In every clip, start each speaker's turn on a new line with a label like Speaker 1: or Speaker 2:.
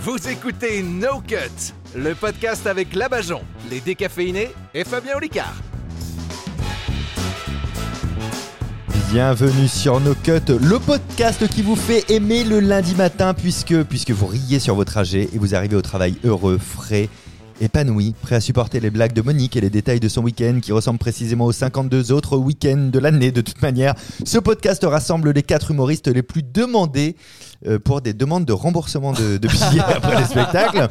Speaker 1: Vous écoutez No Cut, le podcast avec Labajon, les décaféinés et Fabien Olicard.
Speaker 2: Bienvenue sur No Cut, le podcast qui vous fait aimer le lundi matin puisque, puisque vous riez sur vos trajets et vous arrivez au travail heureux, frais, épanoui, prêt à supporter les blagues de Monique et les détails de son week-end qui ressemblent précisément aux 52 autres week-ends de l'année de toute manière. Ce podcast rassemble les quatre humoristes les plus demandés euh, pour des demandes de remboursement de, de billets après les spectacles.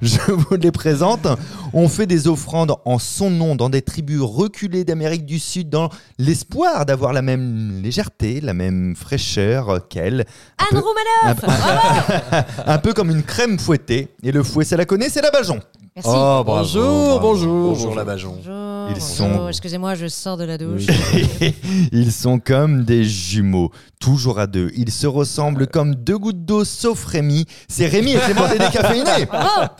Speaker 2: Je vous les présente. On fait des offrandes en son nom dans des tribus reculées d'Amérique du Sud dans l'espoir d'avoir la même légèreté, la même fraîcheur qu'elle. Un peu-
Speaker 3: Anne Romanoff Bravo
Speaker 2: Un peu comme une crème fouettée. Et le fouet, ça la connaît, c'est la bajon.
Speaker 3: Merci.
Speaker 4: Oh,
Speaker 2: Bonjour,
Speaker 4: bonjour, bonjour.
Speaker 1: Bonjour Labajon.
Speaker 3: Bonjour.
Speaker 2: Ils
Speaker 3: bonjour.
Speaker 2: sont-
Speaker 3: Excusez-moi, je sors de la douche.
Speaker 2: Ils sont comme des jumeaux, toujours à deux. Ils se ressemblent comme deux gouttes d'eau, sauf Rémi. C'est Rémi et Clément des décaféinés. Bien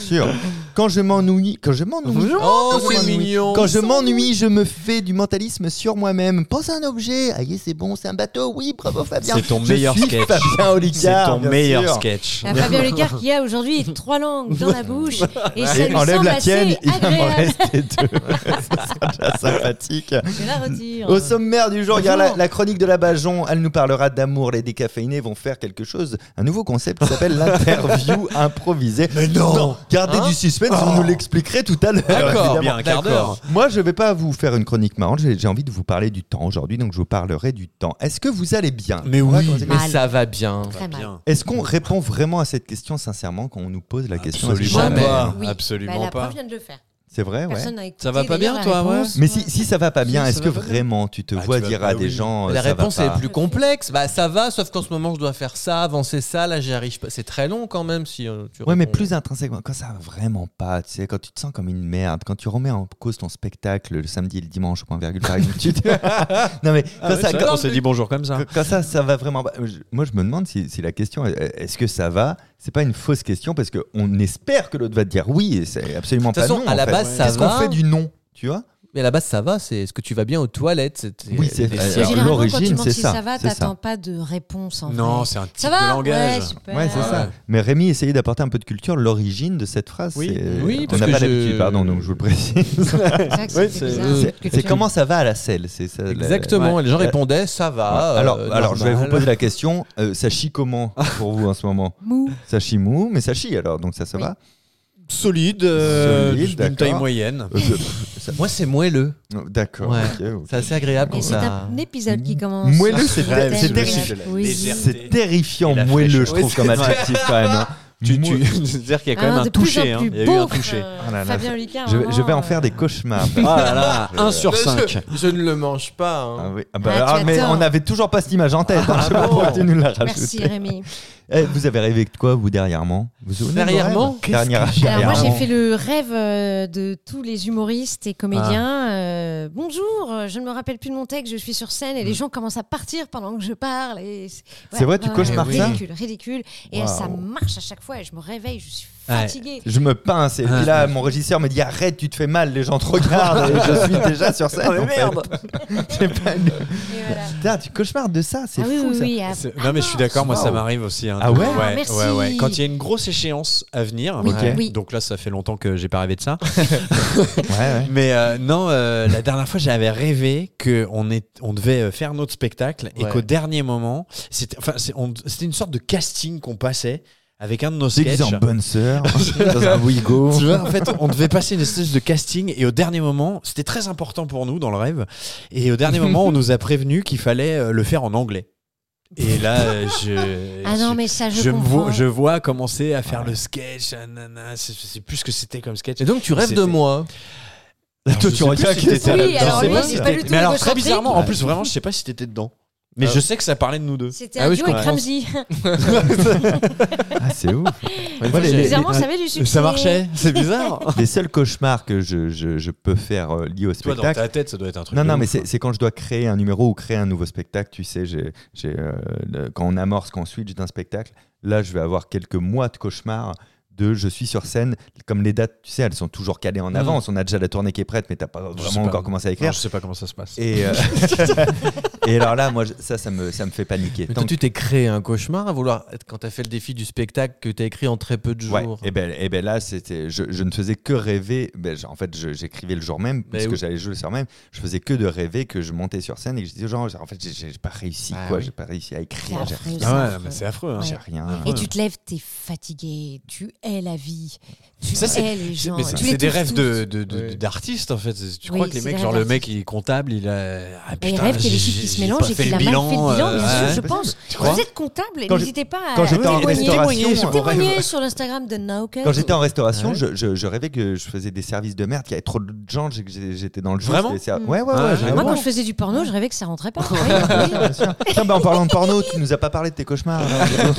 Speaker 2: sûr. Quand je m'ennuie, quand je m'ennuie,
Speaker 4: Oh,
Speaker 2: quand je
Speaker 4: c'est
Speaker 2: m'ennuie-
Speaker 4: mignon.
Speaker 2: Quand je m'ennuie, je me fais du mentalisme sur moi-même. Pense à un objet. Aïe, c'est bon, c'est un bateau. Oui, bravo Fabien.
Speaker 4: C'est ton
Speaker 2: Je
Speaker 4: meilleur
Speaker 2: suis
Speaker 4: sketch.
Speaker 2: Fabien
Speaker 4: C'est
Speaker 2: Olicard,
Speaker 4: ton
Speaker 2: bien
Speaker 4: meilleur
Speaker 2: sûr.
Speaker 4: sketch.
Speaker 3: Ah, Fabien Lucard qui a aujourd'hui trois langues dans la bouche et ça
Speaker 2: Allez,
Speaker 3: lui
Speaker 2: enlève
Speaker 3: semble
Speaker 2: la tienne,
Speaker 3: assez
Speaker 2: il va m'en
Speaker 3: agréable.
Speaker 2: rester deux. Ça sera déjà sympathique.
Speaker 3: Je la retire.
Speaker 2: Au sommaire du jour, regarde la,
Speaker 3: Bonjour.
Speaker 2: la chronique de la Bajon, elle nous parlera d'amour. Les décaféinés vont faire quelque chose, un nouveau concept qui s'appelle l'interview improvisée. Mais non, Gardez du suspense, vous nous l'expliquerez tout à l'heure.
Speaker 4: D'accord,
Speaker 2: évidemment.
Speaker 4: bien un quart d'heure.
Speaker 2: Moi, je vais pas vous faire une chronique marrante, j'ai j'ai envie de vous parler du temps aujourd'hui, donc je vous parlerai du temps. Est-ce que vous allez bien
Speaker 4: Mais
Speaker 2: On va
Speaker 4: oui,
Speaker 2: commencer comme ça.
Speaker 4: mais ça va bien.
Speaker 3: Très mal.
Speaker 2: Est-ce qu'on répond vraiment à cette question sincèrement quand on nous pose la question
Speaker 4: Absolument
Speaker 2: Est-ce que-
Speaker 4: Jamais.
Speaker 2: Jamais.
Speaker 3: Oui.
Speaker 4: Absolument
Speaker 3: Bah, la
Speaker 4: pas.
Speaker 3: preuve vient de le faire.
Speaker 2: C'est vrai, ouais.
Speaker 3: Personne n'a écouté.
Speaker 4: Ça va pas bien,
Speaker 3: d'ailleurs,
Speaker 4: toi,
Speaker 3: la
Speaker 4: ouais.
Speaker 3: réponse.
Speaker 2: Mais si, si ça va pas bien,
Speaker 4: Si,
Speaker 2: est-ce
Speaker 4: ça
Speaker 2: que
Speaker 4: va pas bien.
Speaker 2: vraiment tu te
Speaker 1: Ah, tu
Speaker 2: vois
Speaker 1: vas
Speaker 2: dire
Speaker 1: pas,
Speaker 2: à des
Speaker 1: oui.
Speaker 2: gens euh,
Speaker 4: La
Speaker 2: ça va
Speaker 4: réponse est
Speaker 2: pas.
Speaker 4: plus complexe. Bah ça va, sauf qu'en ce moment je dois faire ça, avancer ça. Là j'y arrive pas. C'est très long quand même si euh, tu.
Speaker 2: Ouais, mais
Speaker 4: réponds-
Speaker 2: plus intrinsèquement, quand ça va vraiment pas, tu sais, quand tu te sens comme une merde, quand tu remets en cause ton spectacle le samedi et le dimanche, point virgule, par exemple, tu te- Non, mais quand, ça, quand-
Speaker 4: Ah, on s'est dit bonjour comme ça.
Speaker 2: quand ça, ça va vraiment pas. Je- Moi, je me demande si, si la question, est- est-ce que ça va C'est pas une fausse question parce qu'on espère que l'autre va te dire oui et c'est absolument
Speaker 4: De toute
Speaker 2: pas
Speaker 4: façon,
Speaker 2: non.
Speaker 4: à
Speaker 2: en
Speaker 4: la
Speaker 2: fait.
Speaker 4: base, ça
Speaker 2: Qu'est-ce qu'on
Speaker 4: va.
Speaker 2: fait du non Tu vois
Speaker 4: Mais à la base ça va. C'est est-ce que tu vas bien aux toilettes c'est-
Speaker 2: Oui, c'est-
Speaker 4: des-
Speaker 2: euh,
Speaker 4: c'est-
Speaker 2: alors,
Speaker 3: Généralement, quand tu
Speaker 2: l'origine,
Speaker 3: demandes
Speaker 2: c'est
Speaker 3: si
Speaker 2: ça,
Speaker 3: ça va,
Speaker 2: c'est ça.
Speaker 3: t'attends pas de réponse en
Speaker 5: Non,
Speaker 3: fait.
Speaker 5: c'est un type
Speaker 3: Ça va
Speaker 5: de langage.
Speaker 3: Ouais, super.
Speaker 2: Ouais, c'est
Speaker 5: Ah
Speaker 2: ça.
Speaker 5: ouais.
Speaker 2: Mais Rémi essayait d'apporter un peu de culture, l'origine de cette phrase.
Speaker 4: Oui.
Speaker 2: c'est-
Speaker 4: Oui,
Speaker 2: on
Speaker 4: parce
Speaker 2: n'a
Speaker 4: que
Speaker 2: pas
Speaker 4: je-
Speaker 2: l'habitude, pardon, donc je vous le précise.
Speaker 3: C'est vrai que c'était
Speaker 4: Ouais, c'est-
Speaker 3: bizarre,
Speaker 4: c'est-
Speaker 3: cette
Speaker 2: c'est
Speaker 3: culture.
Speaker 2: comment ça va à la selle c'est ça, la-
Speaker 4: Exactement. Et les gens
Speaker 2: Ouais.
Speaker 4: répondaient ça va.
Speaker 2: Ouais. alors,
Speaker 4: euh,
Speaker 2: alors je vais vous
Speaker 4: normal.
Speaker 2: poser la question. euh, ça chie comment pour vous en ce moment
Speaker 3: Mou.
Speaker 2: Ça chie mou, mais ça chie alors, donc ça, ça va
Speaker 5: Solide, euh,
Speaker 2: Solide,
Speaker 5: d'une taille
Speaker 2: d'accord.
Speaker 5: moyenne.
Speaker 2: Euh, je- ça-
Speaker 4: Moi c'est moelleux.
Speaker 2: non, D'accord.
Speaker 4: Ouais.
Speaker 2: ok, ok.
Speaker 4: C'est assez agréable.
Speaker 3: Et
Speaker 4: quand
Speaker 3: c'est
Speaker 4: ça-
Speaker 3: un épisode qui commence.
Speaker 2: Moelleux, c'est
Speaker 3: sur
Speaker 2: vrai,
Speaker 3: le
Speaker 2: c'est
Speaker 3: thème
Speaker 2: terrible.
Speaker 3: de la poésie.
Speaker 2: C'est terrifiant,
Speaker 5: Et la
Speaker 2: moelleux,
Speaker 5: fraîcheur.
Speaker 2: je trouve,
Speaker 5: Oui,
Speaker 2: comme
Speaker 5: c'est vrai.
Speaker 2: adjectif quand même. hein.
Speaker 5: Tu,
Speaker 2: Moelleux.
Speaker 5: tu- C'est-à-dire qu'il y a quand
Speaker 3: Ah,
Speaker 5: même un
Speaker 3: de plus en
Speaker 5: toucher. hein.
Speaker 3: plus
Speaker 5: Il y a eu un
Speaker 3: beau,
Speaker 5: toucher.
Speaker 3: euh,
Speaker 2: Ah là là,
Speaker 3: Fabien Lucard.
Speaker 2: Je, vais- je vais en faire des cauchemars.
Speaker 5: Ah là là, 1 sur 5.
Speaker 4: Je ne le mange pas. hein.
Speaker 2: Ah oui, ah bah,
Speaker 3: Ah, tu
Speaker 2: ah, mais
Speaker 3: adores.
Speaker 2: on n'avait toujours pas cette image en tête. hein, je sais pas pourquoi tu nous l'as
Speaker 5: Ah,
Speaker 3: Merci
Speaker 2: rajouté.
Speaker 3: Rémi.
Speaker 2: Eh, vous avez rêvé de quoi, vous, dernièrement vous vous souvenez de vos
Speaker 4: Dernièrement
Speaker 2: rêves Dernière-
Speaker 3: Alors moi j'ai
Speaker 2: Dernièrement.
Speaker 3: fait le rêve euh, de tous les humoristes et comédiens.
Speaker 5: Ah.
Speaker 3: Euh, bonjour, euh, je ne me rappelle plus de mon texte, je suis sur scène
Speaker 5: Mm.
Speaker 3: et les gens commencent à partir pendant que je parle. et c'est-
Speaker 2: C'est vrai, tu cauchemars
Speaker 4: ça
Speaker 3: Ridicule, ridicule. Et
Speaker 2: Waouh.
Speaker 3: ça marche à chaque fois et je me réveille, je suis
Speaker 4: Ouais.
Speaker 3: fatiguée.
Speaker 5: Bah,
Speaker 2: Je me pince et
Speaker 5: Ah,
Speaker 2: puis là mon régisseur me dit arrête tu te fais mal les gens te regardent et je suis déjà sur
Speaker 3: Ah,
Speaker 2: scène. en fait. C'est pas une-
Speaker 3: Et voilà.
Speaker 2: Putain tu cauchemars de ça c'est
Speaker 3: Ah oui,
Speaker 2: fou
Speaker 3: oui,
Speaker 2: ça.
Speaker 3: oui. ah,
Speaker 5: C'est- Non mais je suis d'accord, moi ça
Speaker 2: Wow.
Speaker 5: m'arrive aussi. hein.
Speaker 2: Ah ouais
Speaker 3: Ah,
Speaker 5: ouais,
Speaker 3: merci.
Speaker 5: ouais, ouais. Quand il y a une grosse échéance à venir,
Speaker 3: Oui,
Speaker 5: ouais.
Speaker 3: oui.
Speaker 5: donc là ça fait longtemps que j'ai pas rêvé de ça.
Speaker 2: Ouais, ouais.
Speaker 5: Mais euh, non, euh, la dernière fois, j'avais rêvé qu'on est, on devait euh, faire notre spectacle et
Speaker 4: Ouais.
Speaker 5: qu'au dernier moment, c'était, enfin, c'est- on- c'était une sorte de casting qu'on passait avec un de nos sketchs.
Speaker 2: Déguisé en bonne sœur dans un Wigo.
Speaker 5: Tu vois, en fait, on devait passer une espèce de casting et au dernier moment, c'était très important pour nous dans le rêve. Et au dernier moment, on nous a prévenu qu'il fallait euh, le faire en anglais. Et là, euh, je.
Speaker 3: Ah
Speaker 5: je-
Speaker 3: non, mais ça je,
Speaker 5: je, me vois,
Speaker 3: comprends.
Speaker 5: je vois commencer à faire le sketch, ah, nanana, je je sais plus ce que c'était comme sketch.
Speaker 4: Et donc tu rêves de
Speaker 5: C'était-
Speaker 4: moi.
Speaker 5: Alors,
Speaker 2: Toi,
Speaker 5: je
Speaker 2: tu
Speaker 5: sais
Speaker 2: retiens
Speaker 5: plus
Speaker 2: qui
Speaker 5: si
Speaker 2: était
Speaker 5: t'étais
Speaker 3: Oui,
Speaker 5: là-dedans.
Speaker 3: alors
Speaker 5: Je sais
Speaker 3: lui,
Speaker 5: pas
Speaker 3: c'est
Speaker 5: si
Speaker 3: pas
Speaker 5: t'étais-
Speaker 3: du tout
Speaker 5: Mais alors, très
Speaker 3: égocentrique.
Speaker 5: bizarrement, en
Speaker 2: Ouais.
Speaker 5: plus, vraiment, je sais pas si t'étais dedans. Mais
Speaker 4: Ah.
Speaker 5: je sais que ça parlait de nous deux.
Speaker 3: C'était
Speaker 4: Ah
Speaker 3: un
Speaker 4: oui, je
Speaker 3: duo avec
Speaker 4: comprends.
Speaker 3: Ramsey.
Speaker 2: Ah c'est ouf. Moi, les- les-
Speaker 4: euh,
Speaker 3: Bizarrement,
Speaker 2: les-
Speaker 3: ça avait du succès.
Speaker 5: Ça marchait, c'est bizarre.
Speaker 2: les seuls cauchemars que je, je- je peux faire euh, liés au
Speaker 5: Toi, dans
Speaker 2: spectacle.
Speaker 5: ta tête, ça doit être un truc.
Speaker 2: Non,
Speaker 5: de
Speaker 2: non, mais
Speaker 5: ouf.
Speaker 2: c'est c'est quand je dois créer un numéro ou créer un nouveau spectacle. Tu sais, j'ai j'ai, euh, le- quand on amorce, quand on switch d'un spectacle, là, je vais avoir quelques mois de cauchemars de je suis sur scène. Comme les dates, tu sais, elles sont toujours calées en
Speaker 4: Mm.
Speaker 2: avance. On a déjà la tournée qui est prête, mais t'as pas
Speaker 5: sais
Speaker 2: vraiment
Speaker 5: pas.
Speaker 2: encore commencé à
Speaker 5: Non,
Speaker 2: écrire.
Speaker 5: je sais pas comment ça se passe.
Speaker 2: Et, euh, Et alors là, moi, je- ça, ça me, ça me fait paniquer.
Speaker 4: Mais
Speaker 2: Tant
Speaker 4: toi, tu t'es créé un cauchemar à vouloir être quand t'as fait le défi du spectacle que t'as écrit en très peu de
Speaker 2: Ouais,
Speaker 4: jours.
Speaker 2: et ben, et ben là, c'était, je, je ne faisais que rêver. Ben, j- en fait, je- j'écrivais le jour même, parce que
Speaker 4: oui.
Speaker 2: j'allais jouer le soir même. Je faisais que de rêver que je montais sur scène et que je disais, genre, en fait, j'ai- j'ai j'ai pas réussi,
Speaker 5: Bah
Speaker 4: Ah
Speaker 2: quoi.
Speaker 4: oui.
Speaker 2: J'ai pas réussi à écrire, j'ai
Speaker 3: C'est affreux,
Speaker 2: rien.
Speaker 3: c'est
Speaker 5: Ah ouais,
Speaker 3: affreux.
Speaker 5: mais c'est affreux. hein.
Speaker 3: Ouais.
Speaker 2: J'ai rien.
Speaker 3: Et tu te lèves, t'es fatigué, tu hais la vie, tu
Speaker 5: Ça, c'est-
Speaker 3: hais les gens.
Speaker 5: Mais c'est
Speaker 3: tu
Speaker 5: c'est
Speaker 3: les
Speaker 5: des
Speaker 3: touches
Speaker 5: rêves
Speaker 3: tous.
Speaker 5: de- de- de-
Speaker 4: Oui.
Speaker 5: d'artistes en fait. C'est- Tu
Speaker 3: Oui,
Speaker 5: crois que les
Speaker 3: c'est
Speaker 5: mecs,
Speaker 3: des
Speaker 5: genre
Speaker 3: rêves
Speaker 5: le mec il est comptable, il a.
Speaker 3: Et
Speaker 5: Ah,
Speaker 3: il
Speaker 5: putain,
Speaker 3: rêve qu'il y a des
Speaker 5: j'ai-
Speaker 3: chiffres qui se
Speaker 5: j'ai
Speaker 3: mélangent
Speaker 5: pas
Speaker 3: et qu'il
Speaker 5: le
Speaker 3: a mal fait le bilan,
Speaker 5: euh,
Speaker 3: bien
Speaker 5: ouais.
Speaker 3: sûr, je pense.
Speaker 2: Tu
Speaker 3: Quand
Speaker 2: crois
Speaker 3: Vous êtes comptable,
Speaker 2: Quand
Speaker 3: n'hésitez pas à
Speaker 2: quand j'étais en
Speaker 3: témoigner.
Speaker 2: restauration, c'est pour
Speaker 3: témoigner sur l'Instagram de Nauken.
Speaker 2: Quand j'étais en restauration,
Speaker 4: Ouais.
Speaker 5: Ah
Speaker 2: je, je- je rêvais que je faisais des services de merde, qu'il y avait trop de gens, j'ai- j'ai- j'étais dans le jeu.
Speaker 5: Vraiment
Speaker 2: c'était ça.
Speaker 3: Mm.
Speaker 2: Ouais, ouais, ouais.
Speaker 5: Ah,
Speaker 2: j'ai-
Speaker 5: ouais.
Speaker 3: Moi,
Speaker 5: Bon.
Speaker 3: quand je faisais du porno, je rêvais que ça rentrait pas. Oui, oui.
Speaker 2: Ouais, bien sûr. Tiens, bah, en parlant de porno, tu nous as pas parlé de tes cauchemars. hein. alors.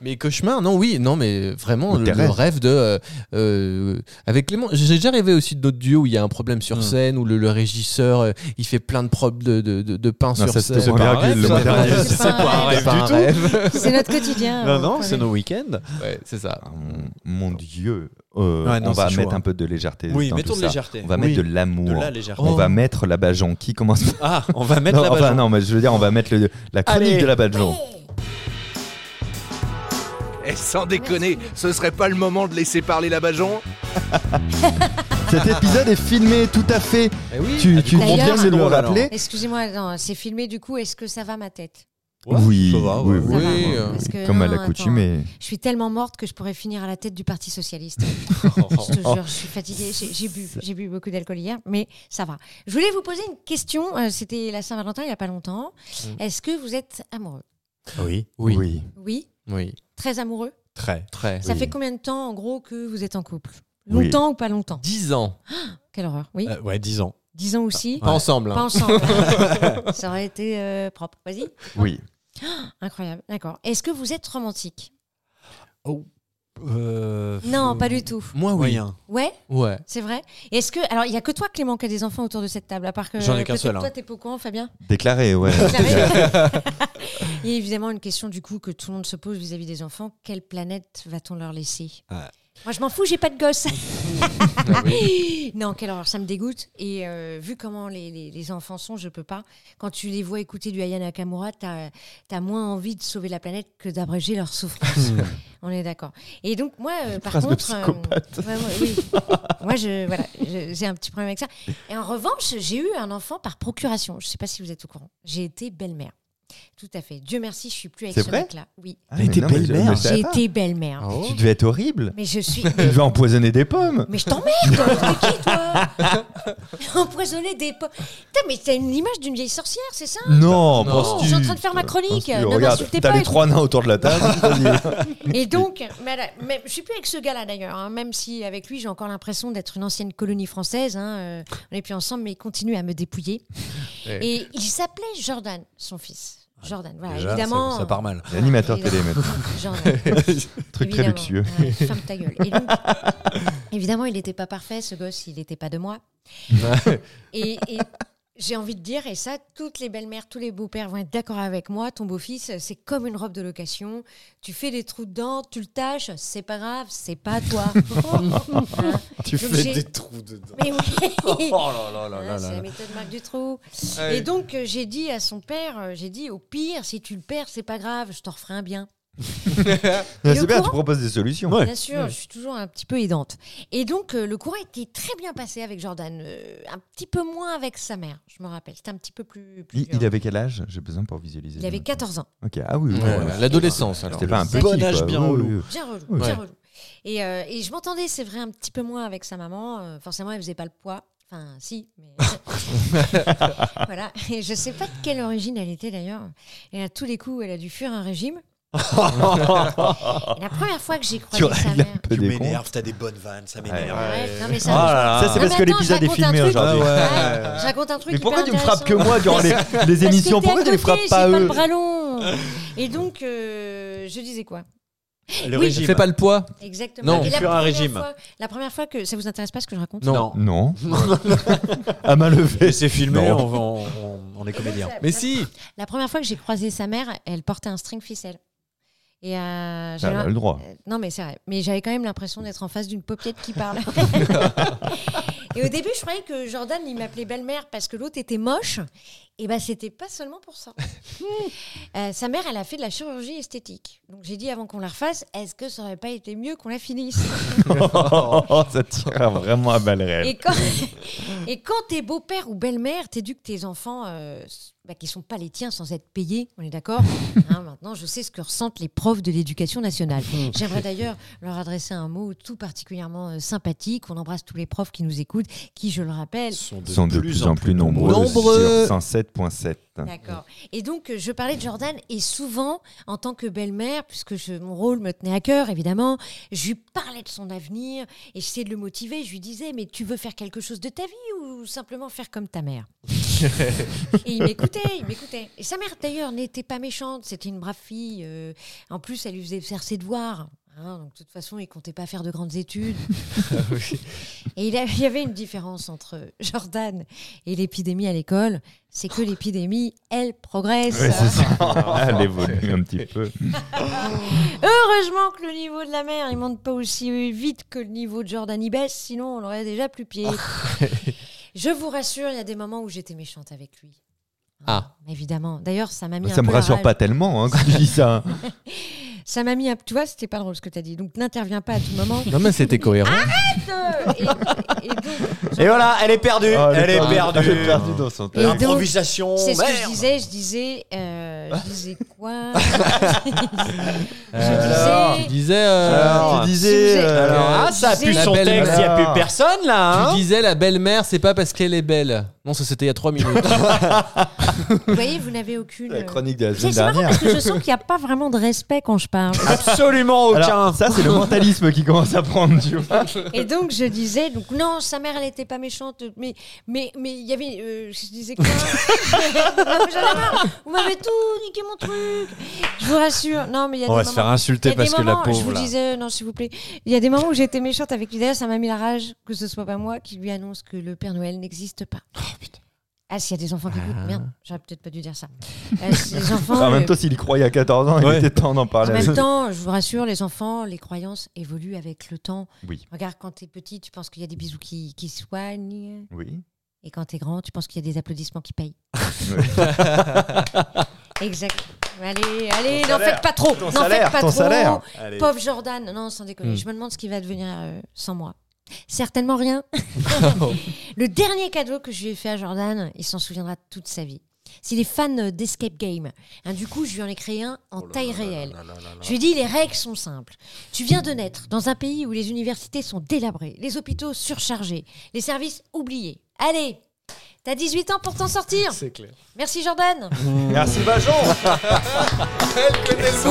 Speaker 4: Mais cauchemar, non, oui, non, mais vraiment
Speaker 2: Ou
Speaker 4: le,
Speaker 2: tes
Speaker 4: le
Speaker 2: rêves.
Speaker 4: rêve de euh, euh, avec Clément. J'ai déjà rêvé aussi d'autres duos où il y a un problème sur
Speaker 5: Hmm.
Speaker 4: scène où le, le régisseur euh, il fait plein de probes de, de, de, de pain
Speaker 2: Non,
Speaker 4: sur
Speaker 2: ça,
Speaker 4: scène.
Speaker 2: c'était pas un
Speaker 5: rêve,
Speaker 2: virgule, le
Speaker 5: ça.
Speaker 2: mois dernier.
Speaker 5: Ouais, C'est pas un
Speaker 4: C'est
Speaker 5: rêve
Speaker 4: pas un
Speaker 5: du tout.
Speaker 4: rêve.
Speaker 3: C'est notre quotidien. hein,
Speaker 5: Non,
Speaker 3: on
Speaker 5: non,
Speaker 3: peut
Speaker 5: c'est
Speaker 3: rire.
Speaker 5: nos week-ends.
Speaker 4: Ouais, c'est ça.
Speaker 2: Ah, mon, mon Dieu, Euh,
Speaker 5: Ouais, non,
Speaker 2: on va
Speaker 5: c'est
Speaker 2: mettre
Speaker 5: chaud, hein.
Speaker 2: un peu de légèreté.
Speaker 5: Oui,
Speaker 2: dans tout
Speaker 5: mettons de
Speaker 2: ça.
Speaker 5: légèreté.
Speaker 2: On va
Speaker 5: Oui.
Speaker 2: mettre de
Speaker 5: De
Speaker 2: l'amour.
Speaker 5: la légèreté.
Speaker 2: On va mettre la Bajon. Qui commence
Speaker 5: Ah, on va mettre
Speaker 2: non,
Speaker 5: la
Speaker 2: enfin,
Speaker 5: bajon.
Speaker 2: non, mais je veux dire, on va mettre le- la chronique
Speaker 5: Allez.
Speaker 2: de la Bajon.
Speaker 1: Et Eh, sans déconner, ce serait pas le moment de laisser parler la Bajon
Speaker 2: Cet épisode est filmé tout à fait.
Speaker 4: Eh oui.
Speaker 2: Tu, tu
Speaker 3: coup,
Speaker 2: conviens
Speaker 3: d'ailleurs-
Speaker 2: de le
Speaker 5: Drôle, alors.
Speaker 2: rappeler
Speaker 3: Excusez-moi, non, c'est filmé du coup. Est-ce que ça va ma tête
Speaker 5: Ouais,
Speaker 2: Oui,
Speaker 5: ça va,
Speaker 2: oui,
Speaker 5: ouais.
Speaker 2: oui,
Speaker 4: Ça va,
Speaker 2: oui,
Speaker 4: parce
Speaker 2: oui,
Speaker 3: que
Speaker 2: comme à
Speaker 3: non,
Speaker 2: l'accoutumée.
Speaker 3: Je suis tellement morte que je pourrais finir à la tête du Parti socialiste. je te jure, je suis fatiguée. J'ai j'ai bu, j'ai bu beaucoup d'alcool hier, mais ça va. Je voulais vous poser une question. euh, C'était la Saint-Valentin il y a pas longtemps. Est-ce que vous êtes amoureux
Speaker 5: Oui,
Speaker 4: Oui. oui,
Speaker 3: Oui, très amoureux.
Speaker 5: très.
Speaker 4: très.
Speaker 3: Ça
Speaker 2: Oui.
Speaker 3: fait combien de temps en gros que vous êtes en couple
Speaker 2: Oui.
Speaker 3: Longtemps ou pas longtemps
Speaker 4: 10 ans,
Speaker 3: Quelle horreur. Oui,
Speaker 5: Euh, ah, ouais, 10 ans.
Speaker 3: 10 ans aussi.
Speaker 4: pas ensemble. hein.
Speaker 3: Pas ensemble. ça aurait été euh, propre. Vas-y.
Speaker 2: Oui.
Speaker 3: Incroyable. D'accord. Est-ce que vous êtes romantique
Speaker 5: Euh,
Speaker 3: Non,
Speaker 5: faut-
Speaker 3: pas du tout.
Speaker 4: Moi, oui.
Speaker 5: Moyen.
Speaker 3: Ouais,
Speaker 4: Ouais.
Speaker 3: c'est vrai. Est-ce que alors il y a que toi Clément qui a des enfants autour de cette table à part que
Speaker 5: J'en ai qu'un
Speaker 3: peut-être
Speaker 5: seul, hein.
Speaker 3: Toi t'es pas au courant Fabien.
Speaker 2: Déclaré, ouais.
Speaker 3: Il y a évidemment une question du coup que tout le monde se pose vis-à-vis des enfants. Quelle planète va-t-on leur laisser
Speaker 5: Ah.
Speaker 3: Moi je m'en fous, j'ai pas de gosse.
Speaker 4: Ah oui.
Speaker 3: non, quelle horreur, ça me dégoûte. Et euh, vu comment les, les- les enfants sont, je peux pas. Quand tu les vois écouter du Ayana Nakamura, t'as as moins envie de sauver la planète que d'abréger leur souffrance. On est d'accord. Et donc moi, euh, par
Speaker 2: Phrase de
Speaker 3: contre, euh,
Speaker 2: psychopathe.
Speaker 3: ouais, ouais, oui. moi, je voilà, je- j'ai un petit problème avec ça. Et en revanche, j'ai eu un enfant par procuration. Je sais pas si vous êtes au courant. J'ai été belle-mère. Tout à fait. Dieu merci, je suis plus avec
Speaker 2: C'est
Speaker 3: ce
Speaker 2: vrai
Speaker 3: mec-là. Oui.
Speaker 2: Ah,
Speaker 5: Mais t'es
Speaker 2: non, je-
Speaker 5: belle-mère.
Speaker 2: je savais
Speaker 3: J'ai
Speaker 2: pas.
Speaker 3: été belle-mère.
Speaker 4: Oh.
Speaker 2: Tu devais être horrible.
Speaker 3: Mais je suis.
Speaker 2: Tu devais empoisonner des pommes.
Speaker 3: Mais je t'emmerde, toi, t'es qui toi Empoisonner des po- Putain, mais t'as une image d'une vieille sorcière, c'est ça
Speaker 2: Non,
Speaker 4: Non.
Speaker 2: penses-tu
Speaker 3: Je suis en train de faire ma chronique,
Speaker 2: Penses-tu
Speaker 3: ne
Speaker 2: Regarde,
Speaker 3: m'insultez
Speaker 2: t'as
Speaker 3: pas.
Speaker 2: les trois nains autour de la table. euh, vas-y.
Speaker 3: Et donc, mais là, mais je suis plus avec ce gars-là d'ailleurs, hein, même si avec lui j'ai encore l'impression d'être une ancienne colonie française. hein, euh, on n'est plus ensemble, mais il continue à me dépouiller.
Speaker 4: Ouais.
Speaker 3: Et il s'appelait Jordan, son fils. Jordan, voilà,
Speaker 5: Déjà,
Speaker 3: évidemment.
Speaker 5: ça, ça part mal.
Speaker 2: L'animateur télé,
Speaker 3: évidemment,
Speaker 2: maintenant.
Speaker 3: Jordan.
Speaker 2: Truc très
Speaker 3: Évidemment.
Speaker 2: luxueux.
Speaker 3: Ouais, ferme ta gueule. Et donc, évidemment, il n'était pas parfait, ce gosse, il n'était pas de moi. et et j'ai envie de dire, et ça, toutes les belles-mères, tous les beaux-pères vont être d'accord avec moi, ton beau-fils, c'est comme une robe de location. Tu fais des trous dedans, tu le tâches, c'est pas grave, c'est pas toi. Hein,
Speaker 5: Ah, Tu
Speaker 3: Donc fais j'ai- des
Speaker 5: trous dedans.
Speaker 3: mais oui.
Speaker 5: Oh là là là là
Speaker 3: Hein,
Speaker 5: là
Speaker 3: c'est
Speaker 5: là. Ah
Speaker 3: la méthode Marc Dutroux.
Speaker 4: Ouais.
Speaker 3: Et donc, euh, j'ai dit à son père, euh, j'ai dit, au pire, si tu le perds, c'est pas grave, je t'en referai un bien.
Speaker 2: Mais
Speaker 3: Et
Speaker 2: C'est
Speaker 3: au
Speaker 2: bien, tu
Speaker 3: courant
Speaker 2: proposes des solutions.
Speaker 5: Ouais.
Speaker 3: Bien sûr, je suis toujours un petit peu aidante. Et donc, euh, le courant était très bien passé avec Jordan. euh, un petit peu moins avec sa mère, je me rappelle. C'était un petit peu plus. plus
Speaker 2: Il,
Speaker 3: dur.
Speaker 2: il avait quel âge J'ai besoin pour visualiser.
Speaker 3: Il avait 14 ans.
Speaker 2: Ok, ah oui, oui,
Speaker 4: Ouais,
Speaker 2: voilà.
Speaker 4: L'adolescence, alors.
Speaker 2: C'était pas un
Speaker 3: Bon
Speaker 2: petit.
Speaker 5: âge
Speaker 2: quoi. Oh,
Speaker 5: bien
Speaker 2: Oui,
Speaker 5: relou.
Speaker 2: oui, oui.
Speaker 3: Bien relou,
Speaker 2: Ouais.
Speaker 3: bien relou. Et, euh, et je m'entendais, c'est vrai, un petit peu moins avec sa maman. Euh, forcément, elle faisait pas le poids. Enfin, si, mais. voilà. Et je sais pas de quelle origine elle était d'ailleurs. Et à tous les coups, elle a dû fuir un régime. Et la première fois que j'ai
Speaker 2: Tu
Speaker 3: croisé sa
Speaker 2: règles
Speaker 3: mère.
Speaker 2: un peu des comptes.
Speaker 5: t'as des bonnes vannes, ça
Speaker 2: m'énerve.
Speaker 3: Ouais, non, mais
Speaker 2: Oh
Speaker 3: ça,
Speaker 2: Ça, c'est
Speaker 3: Non,
Speaker 2: parce que
Speaker 3: Ah, mais attends,
Speaker 2: l'épisode
Speaker 3: je
Speaker 2: est
Speaker 3: raconte un
Speaker 2: filmé
Speaker 3: truc.
Speaker 2: aujourd'hui.
Speaker 3: je raconte un truc.
Speaker 2: Mais pourquoi tu
Speaker 3: hyper
Speaker 2: me frappes que
Speaker 3: intéressant.
Speaker 2: moi durant les, les
Speaker 3: Parce que
Speaker 2: émissions
Speaker 3: t'es à
Speaker 2: Pourquoi tu les
Speaker 3: côté,
Speaker 2: frappes
Speaker 3: j'ai
Speaker 2: pas
Speaker 3: le
Speaker 2: eux
Speaker 3: bras long. Et donc, euh, je disais quoi
Speaker 5: Le
Speaker 3: Oui.
Speaker 5: régime.
Speaker 4: Fais pas le poids.
Speaker 3: Exactement.
Speaker 4: Non,
Speaker 3: Et la
Speaker 5: sur un
Speaker 3: première
Speaker 5: régime.
Speaker 3: fois- la première fois que ça vous intéresse pas ce que je raconte.
Speaker 4: Non.
Speaker 2: Non. À main levée.
Speaker 5: Et c'est filmé,
Speaker 2: Non.
Speaker 5: on, va- on- on- on est comédien.
Speaker 4: Mais si.
Speaker 3: La première fois que j'ai croisé sa mère, elle portait un string ficelle. Et
Speaker 5: Ah,
Speaker 3: euh,
Speaker 2: Ça,
Speaker 3: j'avais
Speaker 2: elle a
Speaker 5: bah,
Speaker 3: un-
Speaker 2: Ah, le droit.
Speaker 3: euh, non, mais c'est vrai. Mais j'avais quand même l'impression d'être en face d'une paupiette qui parle. et au début, je croyais que Jordan, il m'appelait belle-mère parce que l'autre était moche. Et ben, c'était pas seulement pour ça. Euh, sa mère, elle a fait de la chirurgie esthétique. Donc j'ai dit avant qu'on la refasse, est-ce que ça aurait pas été mieux qu'on la finisse
Speaker 2: Oh, ça tire vraiment à balles réelles.
Speaker 3: Et quand, et quand t'es beau-père ou belle-mère, t'éduques tes enfants euh, bah, qui sont pas les tiens sans être payés, on est d'accord Hein, Maintenant, je sais ce que ressentent les profs de l'éducation nationale. J'aimerais d'ailleurs leur adresser un mot tout particulièrement euh, sympathique. On embrasse tous les profs qui nous écoutent, qui, je le rappelle,
Speaker 5: sont de,
Speaker 2: Ils sont de plus, en plus nombreux,
Speaker 4: nombreux.
Speaker 2: sur 107.7.
Speaker 3: D'accord. Et donc, euh, je parlais de Jordan, et souvent, en tant que belle-mère, puisque je- mon rôle me tenait à cœur, évidemment, je lui parlais de son avenir, et j'essayais de le motiver, je lui disais, mais tu veux faire quelque chose de ta vie ou simplement faire comme ta mère Et il m'écoutait, il m'écoutait. Et sa mère, d'ailleurs, n'était pas méchante, c'était une brave fille. euh, en plus, elle lui faisait faire ses devoirs. hein, donc, de toute façon, il comptait pas faire de grandes études.
Speaker 2: Ah
Speaker 3: Et il a- il y avait une différence entre Jordan et l'épidémie à l'école, c'est que l'épidémie, elle progresse.
Speaker 2: Ouais, c'est ça. Elle évolue un petit peu.
Speaker 3: Heureusement que le niveau de la mer, il monte pas aussi vite que le niveau de Jordan, il baisse, sinon on aurait déjà plus pied.
Speaker 2: Ah
Speaker 3: Je vous rassure, il y a des moments où j'étais méchante avec lui. Hein,
Speaker 4: Ah.
Speaker 3: Évidemment. D'ailleurs, ça m'a mis un
Speaker 2: Ça me
Speaker 3: peu la
Speaker 2: rassure
Speaker 3: rage.
Speaker 2: pas tellement hein, quand tu dis ça.
Speaker 3: Ça m'a mis un... Tu vois, c'était pas drôle ce que tu as dit. Donc, n'interviens pas à tout moment.
Speaker 4: Non, mais c'était cohérent.
Speaker 3: et, et donc,
Speaker 5: Et voilà, elle est perdue.
Speaker 2: Oh,
Speaker 5: Ah, elle, est perdue.
Speaker 2: Elle est perdue dans son
Speaker 3: Et
Speaker 2: texte.
Speaker 3: donc,
Speaker 5: Improvisation.
Speaker 3: C'est ce que je
Speaker 5: Oh, merde.
Speaker 3: disais, je disais, euh, je disais quoi
Speaker 4: Euh, Alors, tu disais, euh,
Speaker 5: Alors,
Speaker 2: Ah, tu disais.
Speaker 3: si vous êtes-
Speaker 2: euh,
Speaker 5: Alors, ah, ça a
Speaker 3: Je
Speaker 5: pu
Speaker 4: disais-
Speaker 5: son
Speaker 4: La belle-
Speaker 5: texte, il n'y a
Speaker 2: Alors.
Speaker 5: plus personne là.
Speaker 4: tu
Speaker 5: hein
Speaker 4: disais la belle-mère, c'est pas parce qu'elle est belle. Non, ça c'était il y a 3 minutes.
Speaker 3: Vous voyez, vous n'avez aucune. euh,
Speaker 2: la chronique de la
Speaker 3: C'est
Speaker 2: semaine
Speaker 3: c'est marrant
Speaker 2: dernière.
Speaker 3: parce que je sens qu'il n'y a pas vraiment de respect quand je parle.
Speaker 5: Ah. Absolument aucun.
Speaker 2: Alors, ça, c'est le mentalisme qui commence à prendre, tu vois.
Speaker 3: Et donc je disais, donc non, sa mère, elle n'était pas méchante, mais mais mais il y avait, euh, je disais quoi Non, mais J'en ai marre. Vous m'avez tout niqué mon truc. Je vous rassure. Non, mais il y a
Speaker 5: On
Speaker 3: des
Speaker 5: va se
Speaker 3: moments-
Speaker 5: faire
Speaker 3: Il y
Speaker 5: insulter
Speaker 3: a des
Speaker 5: parce que la
Speaker 3: moments, je
Speaker 5: pauvre.
Speaker 3: vous
Speaker 5: là.
Speaker 3: disais, euh, non, s'il vous plaît. Il y a des moments où j'étais méchante avec lui. D'ailleurs, ça m'a mis la rage que ce soit pas moi qui lui annonce que le Père Noël n'existe pas. Ah, s'il y a des enfants qui écoutent, merde, j'aurais peut-être pas dû dire ça. Euh, si les enfants,
Speaker 2: en même
Speaker 3: euh,
Speaker 2: temps, s'il y croyait à 14 ans,
Speaker 5: Ouais.
Speaker 2: il était temps d'en
Speaker 3: en
Speaker 2: parler.
Speaker 3: même
Speaker 2: avec-
Speaker 3: temps, je vous rassure, les enfants, les croyances évoluent avec le temps.
Speaker 2: Oui.
Speaker 3: Regarde, quand t'es petit, tu penses qu'il y a des bisous qui, qui soignent.
Speaker 2: Oui.
Speaker 3: Et quand t'es grand, tu penses qu'il y a des applaudissements qui payent. exact. Allez, allez, n'en
Speaker 2: salaire,
Speaker 3: faites pas trop.
Speaker 2: ton
Speaker 3: N'en
Speaker 2: salaire,
Speaker 3: faites pas
Speaker 2: ton
Speaker 3: trop.
Speaker 2: salaire. Hmm.
Speaker 3: Pauvre Jordan, non, sans déconner,
Speaker 4: Mm.
Speaker 3: je me demande ce qu'il va devenir euh, sans moi. Certainement rien. le dernier cadeau que je lui ai fait à Jordan, il s'en souviendra toute sa vie. S'il est fan euh, d'Escape Game, Hein, du coup, je lui en ai créé un
Speaker 2: Oh
Speaker 3: en taille réelle. Je lui ai dit, les règles sont simples. Tu viens de naître dans un pays où les universités sont délabrées, les hôpitaux surchargés, les services oubliés. Allez, t'as 18 ans pour t'en sortir.
Speaker 4: c'est clair.
Speaker 3: Merci Jordan.
Speaker 2: Merci, Bajon.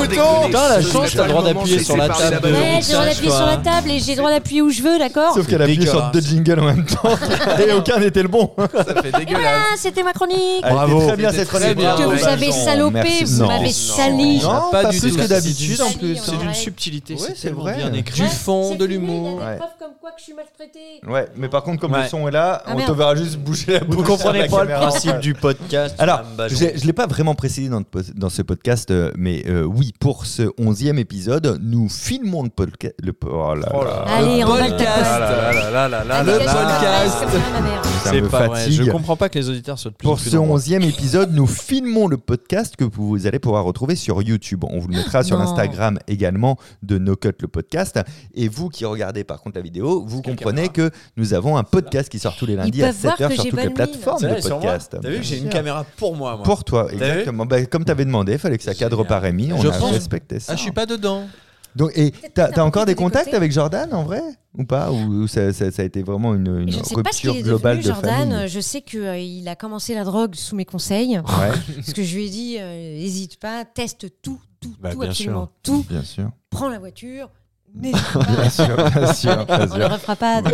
Speaker 4: Putain, la chance, t'as le droit d'appuyer sur la table.
Speaker 3: Ouais,
Speaker 4: Euh,
Speaker 3: j'ai le droit
Speaker 4: sache,
Speaker 3: d'appuyer sur
Speaker 4: quoi.
Speaker 3: la table et j'ai le droit d'appuyer où je veux, d'accord
Speaker 2: Sauf qu'elle a appuyé sur
Speaker 5: dégueulasse.
Speaker 2: deux jingles en même temps. Et aucun n'était le bon.
Speaker 4: Ça fait dégueulasse.
Speaker 3: Ah, c'était ma chronique.
Speaker 2: Elle était
Speaker 5: Bravo.
Speaker 2: Très bien
Speaker 4: C'était
Speaker 2: cette
Speaker 4: très
Speaker 2: chronique.
Speaker 4: bien.
Speaker 2: Bravo,
Speaker 4: Que vous
Speaker 2: Bajon.
Speaker 3: avez salopé,
Speaker 2: Merci.
Speaker 3: vous
Speaker 2: bah, Non.
Speaker 3: m'avez sali.
Speaker 2: Non,
Speaker 4: Non,
Speaker 2: pas,
Speaker 4: pas du
Speaker 2: plus
Speaker 4: tout.
Speaker 2: que
Speaker 4: C'est
Speaker 2: d'habitude.
Speaker 4: du
Speaker 2: en
Speaker 3: sali,
Speaker 2: plus.
Speaker 3: on aurait-
Speaker 5: subtilité.
Speaker 2: Ouais,
Speaker 5: c'est
Speaker 2: c'est
Speaker 5: tellement
Speaker 2: vrai.
Speaker 5: bien écrit.
Speaker 4: Du fond, de l'humour.
Speaker 2: Ouais. preuves
Speaker 3: comme quoi que je suis maltraitée.
Speaker 2: Ouais, mais par contre, comme
Speaker 5: Ouais.
Speaker 2: le son est là,
Speaker 3: Ah,
Speaker 2: on
Speaker 3: merde.
Speaker 2: te verra juste bouger la bouche.
Speaker 5: Vous ne comprenez
Speaker 2: sur la
Speaker 5: pas le
Speaker 2: caméra, en
Speaker 5: principe
Speaker 2: fait.
Speaker 5: du podcast.
Speaker 2: Alors,
Speaker 5: Madame Bajon.
Speaker 2: je ne l'ai pas vraiment précisé dans, le po- dans ce podcast, euh, mais euh, oui, pour ce onzième épisode, nous filmons le podcast. Le, po- oh là
Speaker 5: Oh
Speaker 2: là.
Speaker 5: là.
Speaker 3: Allez, on va le
Speaker 4: podcast.
Speaker 5: Ah là là là là là
Speaker 3: Ah,
Speaker 5: là
Speaker 4: le
Speaker 5: là.
Speaker 3: dégagez votre place,
Speaker 4: podcast.
Speaker 3: comme ça, ma mère.
Speaker 2: Ça
Speaker 5: C'est
Speaker 2: me
Speaker 5: pas vrai.
Speaker 2: fatigue.
Speaker 5: Je comprends pas que les auditeurs soient de plus en
Speaker 2: Pour
Speaker 5: plus
Speaker 2: ce
Speaker 5: nombreux.
Speaker 2: onzième épisode, nous filmons le podcast que vous allez pouvoir retrouver sur YouTube. On vous le mettra sur
Speaker 3: Non.
Speaker 2: l'Instagram également de No Cut le podcast. Et vous qui regardez par contre la vidéo, vous comprenez que nous avons un podcast qui sort tous les lundis à
Speaker 3: peuvent voir
Speaker 2: 7h
Speaker 3: que
Speaker 2: sur
Speaker 3: j'ai
Speaker 2: toutes les
Speaker 3: bonne mine.
Speaker 2: plateformes
Speaker 5: C'est
Speaker 2: de
Speaker 5: vrai, sur moi.
Speaker 2: podcast.
Speaker 5: T'as vu,
Speaker 2: Bien
Speaker 5: j'ai une
Speaker 2: sûr.
Speaker 5: caméra pour moi. moi.
Speaker 2: Pour toi,
Speaker 5: vu
Speaker 2: exactement. Bah, comme tu avais demandé, il fallait que ça cadre
Speaker 5: Génial.
Speaker 2: par Rémi. On
Speaker 4: Je
Speaker 2: a
Speaker 4: pense-
Speaker 2: respecté ça.
Speaker 4: Ah, je suis pas dedans.
Speaker 2: Donc, et t'as, t'as
Speaker 3: un
Speaker 2: encore
Speaker 3: peu
Speaker 2: des contacts
Speaker 3: dégoûté.
Speaker 2: avec Jordan en vrai ou pas Ou, ou ça, ça- ça a été vraiment une, une
Speaker 3: Je ne sais pas ce qu'il
Speaker 2: rupture
Speaker 3: est
Speaker 2: globale
Speaker 3: devenu,
Speaker 2: de
Speaker 3: Jordan.
Speaker 2: famille
Speaker 3: Je sais qu'il a commencé la drogue sous mes conseils.
Speaker 2: Ouais,
Speaker 3: parce que je lui ai dit, euh, n'hésite pas, teste tout, tout,
Speaker 5: Bah,
Speaker 3: tout,
Speaker 5: bien
Speaker 3: absolument tout.
Speaker 2: bien sûr.
Speaker 3: Prends la voiture, n'hésite pas.
Speaker 2: Bien sûr, bien sûr, bien
Speaker 3: On ne
Speaker 2: sûr.
Speaker 3: refera pas. de-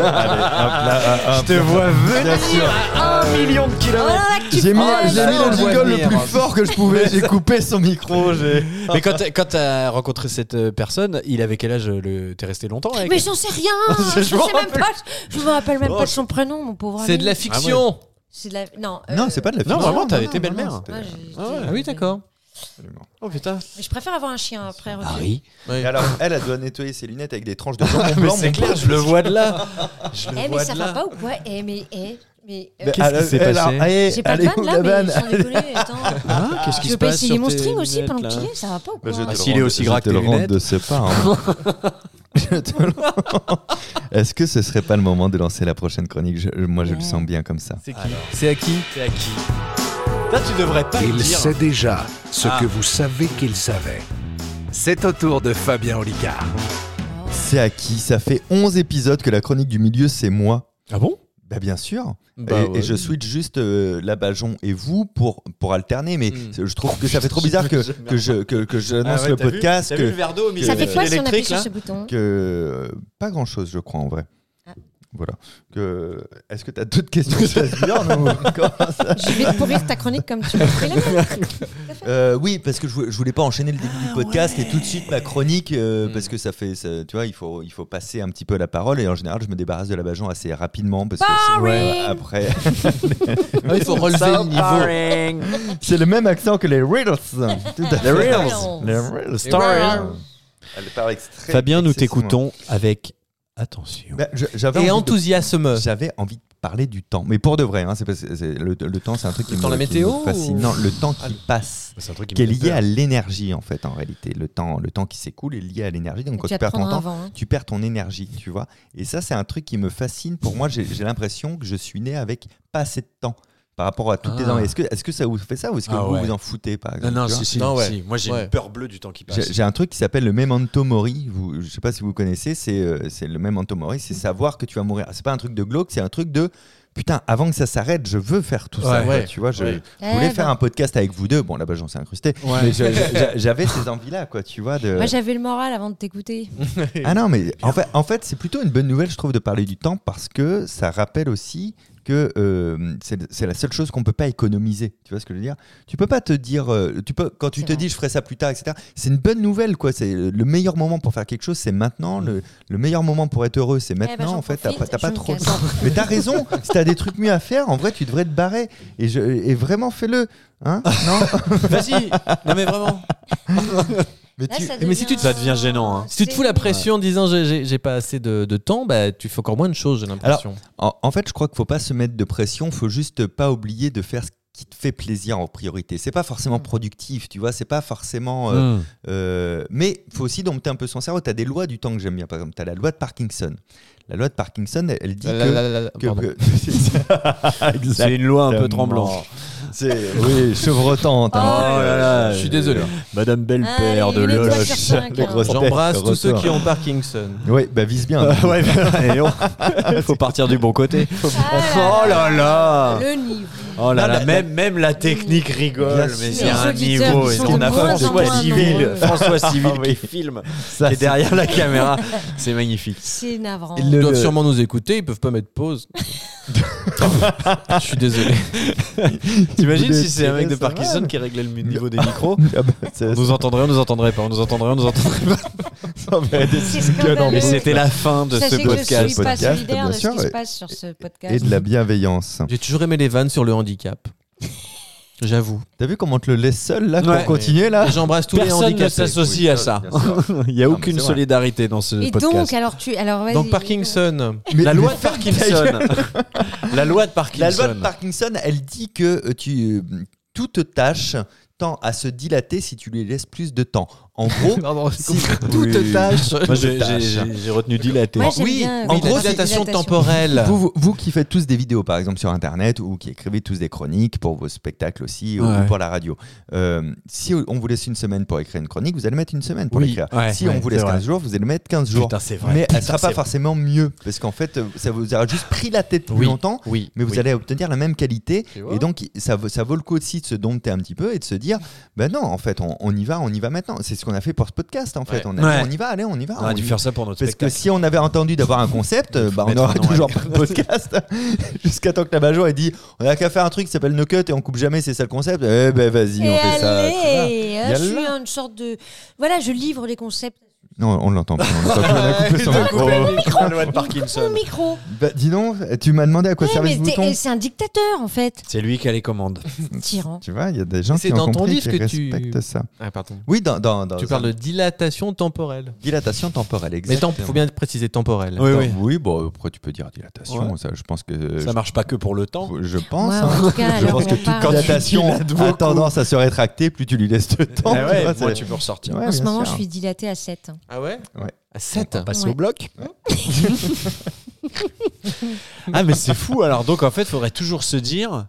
Speaker 2: Je te vois venir à un million de
Speaker 3: Oh
Speaker 2: kilomètres.
Speaker 3: là là, que tu
Speaker 2: J'ai mis,
Speaker 3: prends,
Speaker 2: j'ai
Speaker 4: là,
Speaker 2: mis
Speaker 4: on
Speaker 2: le
Speaker 4: le voit
Speaker 2: jingle le
Speaker 4: venir.
Speaker 3: hein.
Speaker 2: plus fort que je pouvais. J'ai coupé son micro. Oh, j'ai-
Speaker 5: Mais quand t'as- quand t'as rencontré cette euh, personne, il avait quel âge euh, le... T'es resté longtemps avec
Speaker 3: Mais j'en sais rien.
Speaker 5: Je
Speaker 3: je sais
Speaker 5: m'en
Speaker 3: même pas. Je me rappelle même
Speaker 5: Oh,
Speaker 3: pas de
Speaker 5: je-
Speaker 3: son prénom, mon pauvre.
Speaker 4: C'est
Speaker 3: ami.
Speaker 4: de la fiction.
Speaker 3: C'est de la. Non.
Speaker 2: Non,
Speaker 3: euh,
Speaker 2: c'est pas de la
Speaker 5: Non,
Speaker 2: fiction.
Speaker 5: vraiment, t'avais
Speaker 2: non,
Speaker 5: été
Speaker 2: non, non,
Speaker 5: belle-mère.
Speaker 2: c'était-
Speaker 3: moi, j'ai-
Speaker 5: Ah ouais.
Speaker 4: Ah oui, d'accord.
Speaker 2: absolument.
Speaker 5: Oh putain.
Speaker 3: Mais je préfère avoir un chien après. recul.
Speaker 5: Harry.
Speaker 4: Ouais.
Speaker 2: Et alors, elle, elle doit nettoyer ses lunettes avec des tranches de jambon
Speaker 5: Mais
Speaker 2: blanc.
Speaker 5: c'est
Speaker 2: mon
Speaker 5: clair,
Speaker 2: pote.
Speaker 5: je le vois de là. Je le
Speaker 3: Eh, mais
Speaker 5: vois
Speaker 3: ça
Speaker 5: de
Speaker 3: va
Speaker 5: là.
Speaker 3: pas ou quoi Eh, mais, eh, mais. euh,
Speaker 2: Ben,
Speaker 5: Qu'est-ce qui
Speaker 2: alors,
Speaker 5: s'est
Speaker 2: elle,
Speaker 5: passé
Speaker 2: alors, allez,
Speaker 3: J'ai pas de
Speaker 2: allez, où
Speaker 3: vanne là,
Speaker 2: la vanne
Speaker 3: mais sans déconner. Attends.
Speaker 4: Ah,
Speaker 5: Hein Qu'est-ce qui
Speaker 3: Je
Speaker 5: se
Speaker 3: peux
Speaker 5: passe
Speaker 3: essayer
Speaker 5: sur
Speaker 3: mon
Speaker 5: tes
Speaker 3: string aussi pendant
Speaker 5: lunettes,
Speaker 3: qu'il
Speaker 5: là
Speaker 3: y est, ça va pas ou
Speaker 2: Bah,
Speaker 3: quoi
Speaker 2: je te
Speaker 5: Ah,
Speaker 2: le
Speaker 5: s'il est
Speaker 2: rends-
Speaker 5: aussi
Speaker 2: je
Speaker 5: gras
Speaker 2: te
Speaker 5: que
Speaker 2: le
Speaker 5: tes
Speaker 2: rends
Speaker 5: lunettes.
Speaker 2: de ce pas. hein. Je te le rends. Est-ce que ce serait pas le moment de lancer la prochaine chronique Je- Moi, je le sens bien comme ça.
Speaker 4: C'est qui
Speaker 5: Alors.
Speaker 4: C'est à qui
Speaker 5: C'est à qui Là, tu devrais pas le
Speaker 1: Il
Speaker 5: dire.
Speaker 1: sait déjà ce
Speaker 5: Ah.
Speaker 1: que vous savez qu'il savait. C'est au tour de Fabien Olicard.
Speaker 2: C'est à qui Ça fait 11 épisodes que la chronique du milieu, c'est moi.
Speaker 5: Ah bon
Speaker 2: Bah bien sûr.
Speaker 4: Bah
Speaker 2: et, et
Speaker 4: ouais.
Speaker 2: je switch juste euh, la Bajon et vous pour, pour alterner, mais
Speaker 4: Mm.
Speaker 2: je trouve que ça fait trop bizarre que, que je que, que j'annonce
Speaker 5: Ah ouais,
Speaker 2: le
Speaker 5: t'as vu
Speaker 2: podcast
Speaker 5: T'as
Speaker 2: que,
Speaker 5: vu le verre d'eau au milieu
Speaker 3: Ça
Speaker 5: de
Speaker 3: fait
Speaker 5: la
Speaker 3: quoi
Speaker 5: file
Speaker 3: si on appuie
Speaker 5: électrique,
Speaker 3: sur
Speaker 5: là
Speaker 3: ce bouton
Speaker 2: que euh, pas grand chose, je crois en vrai.
Speaker 3: Ah.
Speaker 2: Voilà. Que est-ce que t'as d'autres questions ça se vient, non Comment ça
Speaker 3: Je vais te pourrir ta chronique comme tu l'as fait là.
Speaker 2: Euh, oui, parce que je, vou- je voulais pas enchaîner le début du podcast et tout de suite ma chronique, euh, parce que ça fait, ça- tu vois, il faut, il faut passer un petit peu la parole et en général, je me débarrasse de la Bajon assez rapidement parce que sinon,
Speaker 3: Boring.
Speaker 2: après,
Speaker 4: Ah, Il faut relever le niveau.
Speaker 2: c'est le même accent que les Riddles. Tout à fait.
Speaker 3: Riddles.
Speaker 2: Les Riddles.
Speaker 4: Riddles.
Speaker 2: Euh, Elle parle extrêmement-
Speaker 5: Fabien, nous
Speaker 2: excessivement.
Speaker 5: t'écoutons avec attention.
Speaker 2: Bah, je- j'avais
Speaker 4: Et
Speaker 2: envie de-
Speaker 4: enthousiasme.
Speaker 2: J'avais envie de parler du temps, mais pour de vrai, hein, c'est parce que c'est- le, le temps, c'est un truc qui
Speaker 4: Le
Speaker 2: me-
Speaker 4: temps, la
Speaker 2: qui me
Speaker 4: météo
Speaker 2: fascine.
Speaker 4: ou-
Speaker 2: Non, le temps qui passe.
Speaker 5: C'est un truc
Speaker 2: qui est lié à l'énergie en fait en réalité le temps le temps qui s'écoule est lié à l'énergie donc quand tu
Speaker 3: Tu vas te
Speaker 2: perds ton
Speaker 3: prendre
Speaker 2: temps
Speaker 3: avant. hein.
Speaker 2: tu perds ton énergie, tu vois. Et ça, c'est un truc qui me fascine. Pour moi, j'ai j'ai l'impression que je suis né avec pas assez de temps par rapport à toutes les
Speaker 4: Ah.
Speaker 2: années. Est-ce que, est que ça vous fait ça ou est-ce que
Speaker 5: Ah
Speaker 2: vous
Speaker 5: ouais.
Speaker 2: vous en foutez, par
Speaker 5: Non,
Speaker 2: exemple
Speaker 5: non,
Speaker 2: tu vois
Speaker 5: si, si,
Speaker 4: Non, ouais.
Speaker 5: si. Moi, j'ai
Speaker 4: Ouais.
Speaker 5: une peur bleue du temps
Speaker 4: Bah,
Speaker 5: qui passe.
Speaker 2: J'ai j'ai un truc qui s'appelle le memento mori. Vous, je sais pas si vous connaissez, c'est euh, c'est le memento mori, c'est savoir que tu vas mourir. C'est pas un truc de glauque, c'est un truc de putain, avant que ça s'arrête, je veux faire tout ça.
Speaker 4: Ouais,
Speaker 2: quoi,
Speaker 4: ouais,
Speaker 2: tu vois, je,
Speaker 4: ouais.
Speaker 2: je voulais
Speaker 3: Eh
Speaker 2: faire
Speaker 3: ben.
Speaker 2: un podcast avec vous deux. Bon, là-bas, j'en s'est incrusté.
Speaker 5: Ouais.
Speaker 2: Mais je- je- j'avais ces envies-là, quoi, tu vois. De...
Speaker 3: Moi, j'avais le moral avant de t'écouter.
Speaker 2: Ah non, mais en fait, en fait c'est plutôt une bonne nouvelle, je trouve, de parler du temps parce que ça rappelle aussi que euh, c'est c'est la seule chose qu'on peut pas économiser. Tu vois ce que je veux dire Tu peux pas te dire, euh, tu peux, quand tu
Speaker 3: C'est
Speaker 2: te
Speaker 3: vrai.
Speaker 2: dis je ferai ça plus tard, etc. C'est une bonne nouvelle, quoi. C'est euh, le meilleur moment pour faire quelque chose, c'est maintenant. Le, le meilleur moment pour être heureux, c'est maintenant.
Speaker 3: ben, j'en
Speaker 2: en fait, t'as pas,
Speaker 3: profite,
Speaker 2: t'as pas
Speaker 3: je me
Speaker 2: trop de
Speaker 3: casse.
Speaker 2: temps. Mais t'as raison. si t'as des trucs mieux à faire, en vrai, tu devrais te barrer. Et, je, et vraiment, fais-le. Hein
Speaker 3: Ah,
Speaker 4: Vas-y. Non mais vraiment.
Speaker 2: mais
Speaker 3: Là,
Speaker 2: tu-
Speaker 3: ça
Speaker 4: mais si tu te-
Speaker 5: ça devient gênant, hein.
Speaker 4: Si tu te fous la pression en disant j'ai- j'ai j'ai pas assez de, de temps, bah tu fais encore moins de choses, j'ai l'impression.
Speaker 2: En, en fait, je crois qu'il faut pas se mettre de pression, faut juste pas oublier de faire ce qui te fait plaisir en priorité. C'est pas
Speaker 5: Mm.
Speaker 2: forcément productif, tu vois, c'est pas forcément. euh,
Speaker 5: Hmm.
Speaker 2: euh, mais faut aussi dompter un peu son cerveau. Tu as des lois du temps que j'aime bien. Par exemple, tu as la loi de Parkinson. La loi de Parkinson, elle, elle dit
Speaker 4: La-
Speaker 2: que.
Speaker 4: la- la- la-
Speaker 2: que-
Speaker 4: pardon.
Speaker 2: que- Exact.
Speaker 5: C'est une loi un peu tremblante.
Speaker 2: C'est- oui, chevrotante. hein.
Speaker 5: Oh là là.
Speaker 4: Je suis désolé.
Speaker 5: Madame Belle-Père
Speaker 3: Ah,
Speaker 5: de
Speaker 3: il est
Speaker 5: Loche.
Speaker 3: doigt sur cinq,
Speaker 2: les
Speaker 3: hein.
Speaker 2: grosses-
Speaker 4: J'embrasse tous ceux
Speaker 2: Retour.
Speaker 4: qui ont Parkinson.
Speaker 2: Oui, bah vise bien.
Speaker 5: Oh. ouais, et on- faut partir du bon côté.
Speaker 3: Ah
Speaker 5: Oh là là
Speaker 3: Le niveau.
Speaker 5: Oh
Speaker 2: Non,
Speaker 5: là là,
Speaker 2: la-
Speaker 5: même, même la technique rigole,
Speaker 2: Bien
Speaker 5: mais
Speaker 2: sûr.
Speaker 5: il y a
Speaker 3: Les
Speaker 5: un
Speaker 3: auditeurs
Speaker 5: niveau.
Speaker 3: qui
Speaker 5: et
Speaker 3: sont
Speaker 5: on a
Speaker 3: de moins en
Speaker 5: François
Speaker 3: moins
Speaker 5: Civil,
Speaker 3: nombreux.
Speaker 5: François Civil qui filme,
Speaker 2: Ça,
Speaker 5: qui est
Speaker 2: c'est-
Speaker 5: derrière la caméra. C'est magnifique.
Speaker 3: C'est navrant.
Speaker 2: le-
Speaker 4: Ils doivent
Speaker 2: le-
Speaker 4: sûrement nous écouter, ils peuvent pas mettre pause. Je suis désolé.
Speaker 5: T'imagines
Speaker 2: Vous
Speaker 5: si c'est un mec
Speaker 2: détestez, ça
Speaker 5: de
Speaker 2: va,
Speaker 5: Parkinson
Speaker 2: mais-
Speaker 5: qui réglait le niveau des micros
Speaker 2: Ah bah, c'est-
Speaker 5: On nous entendrait, on nous entendrait pas, on nous entendrait, on nous entendrait pas.
Speaker 2: ça va être-
Speaker 3: C'est scandaleux.
Speaker 5: Mais c'était la fin de
Speaker 3: Sachez
Speaker 5: ce
Speaker 3: que je
Speaker 5: podcast.
Speaker 3: suis pas
Speaker 2: podcast,
Speaker 3: solidaire
Speaker 2: bien
Speaker 3: de ce
Speaker 2: sûr,
Speaker 3: qui se
Speaker 2: et-
Speaker 3: passe sur ce podcast.
Speaker 2: Et de la bienveillance.
Speaker 4: J'ai toujours aimé les vannes sur le handicap. J'avoue.
Speaker 2: T'as vu comment on te le laisse seul là pour
Speaker 5: Ouais.
Speaker 2: continuer là
Speaker 4: Et J'embrasse tous les
Speaker 5: Personne
Speaker 4: handicapés.
Speaker 5: ne s'associe à ça. Il n'y a
Speaker 2: Non, mais
Speaker 5: aucune
Speaker 2: c'est vrai.
Speaker 5: solidarité dans ce
Speaker 3: Et
Speaker 5: podcast.
Speaker 3: donc, alors tu. Alors, vas-y.
Speaker 4: Donc Parkinson.
Speaker 2: Mais-
Speaker 5: la loi
Speaker 2: mais
Speaker 5: de
Speaker 2: ferme ta gueule.
Speaker 5: Parkinson. la loi de Parkinson.
Speaker 2: La loi de Parkinson, elle dit que euh, tu, euh, toute tâche tend à se dilater si tu lui laisses plus de temps. En gros,
Speaker 4: Pardon,
Speaker 2: si toute tâche.
Speaker 5: Moi, j'ai-
Speaker 2: Tâche.
Speaker 5: j'ai j'ai- j'ai retenu dilaté.
Speaker 3: Moi, j'aime
Speaker 4: Oui,
Speaker 3: bien,
Speaker 4: en
Speaker 3: oui,
Speaker 4: gros,
Speaker 3: la
Speaker 4: dilatation
Speaker 3: dilatation.
Speaker 4: temporelle.
Speaker 2: Vous, vous- vous qui faites tous des vidéos par exemple sur internet ou qui écrivez tous des chroniques pour vos spectacles aussi ou
Speaker 5: Ouais.
Speaker 2: pour la radio, euh, si on vous laisse une semaine pour écrire une chronique, vous allez mettre une semaine pour
Speaker 5: Oui,
Speaker 2: l'écrire.
Speaker 5: ouais,
Speaker 2: si
Speaker 5: ouais,
Speaker 2: on vous laisse
Speaker 5: c'est
Speaker 2: 15
Speaker 5: vrai.
Speaker 2: jours, vous allez mettre 15 jours.
Speaker 5: Putain, c'est vrai.
Speaker 2: Mais elle
Speaker 5: Putain,
Speaker 2: sera pas
Speaker 5: c'est vrai.
Speaker 2: forcément mieux parce qu'en fait, euh, ça vous aura juste pris la tête plus
Speaker 4: Oui.
Speaker 2: longtemps
Speaker 4: Oui.
Speaker 2: mais vous
Speaker 4: oui.
Speaker 2: allez obtenir la même qualité.
Speaker 4: Tu vois
Speaker 2: Et donc, ça, vaut- ça vaut le coup aussi de se dompter un petit peu et de se dire, ben non, en fait, on, on y va, on y va maintenant. C'est ce qu'on a fait pour ce podcast, en fait.
Speaker 4: Ouais.
Speaker 2: On a
Speaker 5: Ouais.
Speaker 2: dit, on y va, allez, on y va.
Speaker 5: On a
Speaker 2: on
Speaker 5: dû
Speaker 2: y-
Speaker 5: faire ça pour notre
Speaker 2: Parce que
Speaker 5: spectacle.
Speaker 2: si on avait entendu d'avoir un concept, euh, bah, on
Speaker 5: mettre un
Speaker 2: n'aurait
Speaker 5: nom,
Speaker 2: toujours pas de podcast. Jusqu'à temps que la Bajo ait dit, on a qu'à faire un truc qui s'appelle No Cut et on coupe jamais, c'est ça le concept. Eh ben vas-y,
Speaker 3: Et
Speaker 2: on fait ça.
Speaker 3: allez, hein,
Speaker 2: Yalla.
Speaker 3: je suis une sorte de. Voilà, je livre les concepts.
Speaker 2: Non, on l'entend plus. On l'entend plus. On a coupé son micro.
Speaker 5: la loi de
Speaker 3: Au
Speaker 5: Parkinson.
Speaker 3: micro.
Speaker 2: Bah, dis donc, tu m'as demandé à quoi
Speaker 3: Ouais,
Speaker 2: servait
Speaker 3: Eh, mais
Speaker 2: ce
Speaker 3: t'es-
Speaker 2: bouton.
Speaker 3: c'est un dictateur en fait,
Speaker 5: C'est lui qui a les commandes.
Speaker 3: tyran.
Speaker 2: Tu vois, il y a des gens
Speaker 4: C'est
Speaker 2: qui
Speaker 4: dans
Speaker 2: ont
Speaker 4: ton
Speaker 2: compris
Speaker 4: livre
Speaker 2: qui
Speaker 4: que tu-
Speaker 2: respectent ça.
Speaker 4: Ah, pardon.
Speaker 2: Oui, dans, dans, dans
Speaker 4: Tu parles de dilatation temporelle.
Speaker 2: dilatation temporelle,
Speaker 4: Mais
Speaker 2: exactement.
Speaker 4: il faut bien préciser temporelle.
Speaker 5: Oui,
Speaker 2: Attends,
Speaker 5: oui.
Speaker 2: bon, après tu peux dire dilatation,
Speaker 5: Ouais.
Speaker 2: ça, je pense que...
Speaker 5: Ça marche pas que pour le temps.
Speaker 2: je, je pense,
Speaker 3: Ouais,
Speaker 2: hein.
Speaker 3: en tout cas,
Speaker 2: je
Speaker 3: alors
Speaker 2: pense
Speaker 3: qu'on
Speaker 2: que toute
Speaker 3: parle-
Speaker 2: dilatation
Speaker 5: Tu dilates
Speaker 2: a
Speaker 5: beaucoup.
Speaker 2: tendance à se rétracter, plus tu lui laisses de temps. tu
Speaker 5: Ah ouais,
Speaker 2: vois,
Speaker 5: moi,
Speaker 2: c'est-
Speaker 5: tu peux ressortir.
Speaker 2: Ouais,
Speaker 3: en ce
Speaker 2: bien
Speaker 3: moment,
Speaker 2: sûr.
Speaker 3: je suis dilatée à 7.
Speaker 4: Ah ouais
Speaker 2: Ouais.
Speaker 4: À 7.
Speaker 5: Passer
Speaker 3: Ouais.
Speaker 5: au bloc. ah mais c'est fou. Alors donc en fait, faudrait toujours se dire,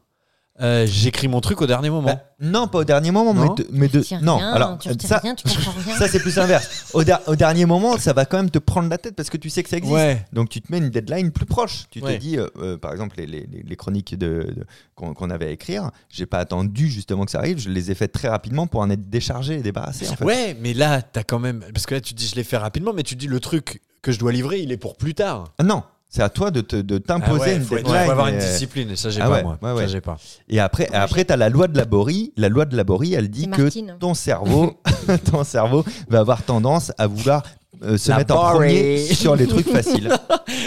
Speaker 5: euh, j'écris mon truc au dernier moment.
Speaker 2: Bah, non, pas au dernier moment, mais
Speaker 5: Non.
Speaker 2: de- mais de...
Speaker 3: Tu retiens
Speaker 2: Non,
Speaker 3: rien,
Speaker 2: alors
Speaker 3: tu retiens
Speaker 2: ça,
Speaker 3: rien, tu comprends rien.
Speaker 2: ça c'est plus inverse. Au, der- au dernier moment, ça va quand même te prendre la tête parce que tu sais que ça existe.
Speaker 5: ouais.
Speaker 2: Donc tu te mets une deadline plus proche. Tu
Speaker 4: Ouais.
Speaker 2: te dis, euh, euh, par exemple, les, les- les- les chroniques de, de- qu'on, qu'on avait à écrire, j'ai pas attendu justement que ça arrive, je les ai faites très rapidement pour en être déchargé et débarrassé. En fait.
Speaker 5: Ouais, mais là, t'as quand même. Parce que là, tu te dis, je l'ai fait rapidement, mais tu te dis, le truc que je dois livrer, il est pour plus tard.
Speaker 2: Ah Non, c'est à toi de, te- de t'imposer
Speaker 5: Ah ouais,
Speaker 2: une
Speaker 5: faut, être-
Speaker 2: deadline.
Speaker 5: faut avoir une
Speaker 2: et-
Speaker 5: discipline, et ça, j'ai
Speaker 2: Ah
Speaker 5: pas,
Speaker 2: ouais,
Speaker 5: moi.
Speaker 2: ouais, ouais.
Speaker 5: Ça, j'ai pas.
Speaker 2: Et après, après tu as la loi de Laborie. La loi de Laborie, elle dit
Speaker 3: C'est
Speaker 2: que
Speaker 3: Martine.
Speaker 2: ton cerveau, ton cerveau va avoir tendance à vouloir euh, se mettre en premier
Speaker 5: Laborie.
Speaker 2: sur les trucs faciles.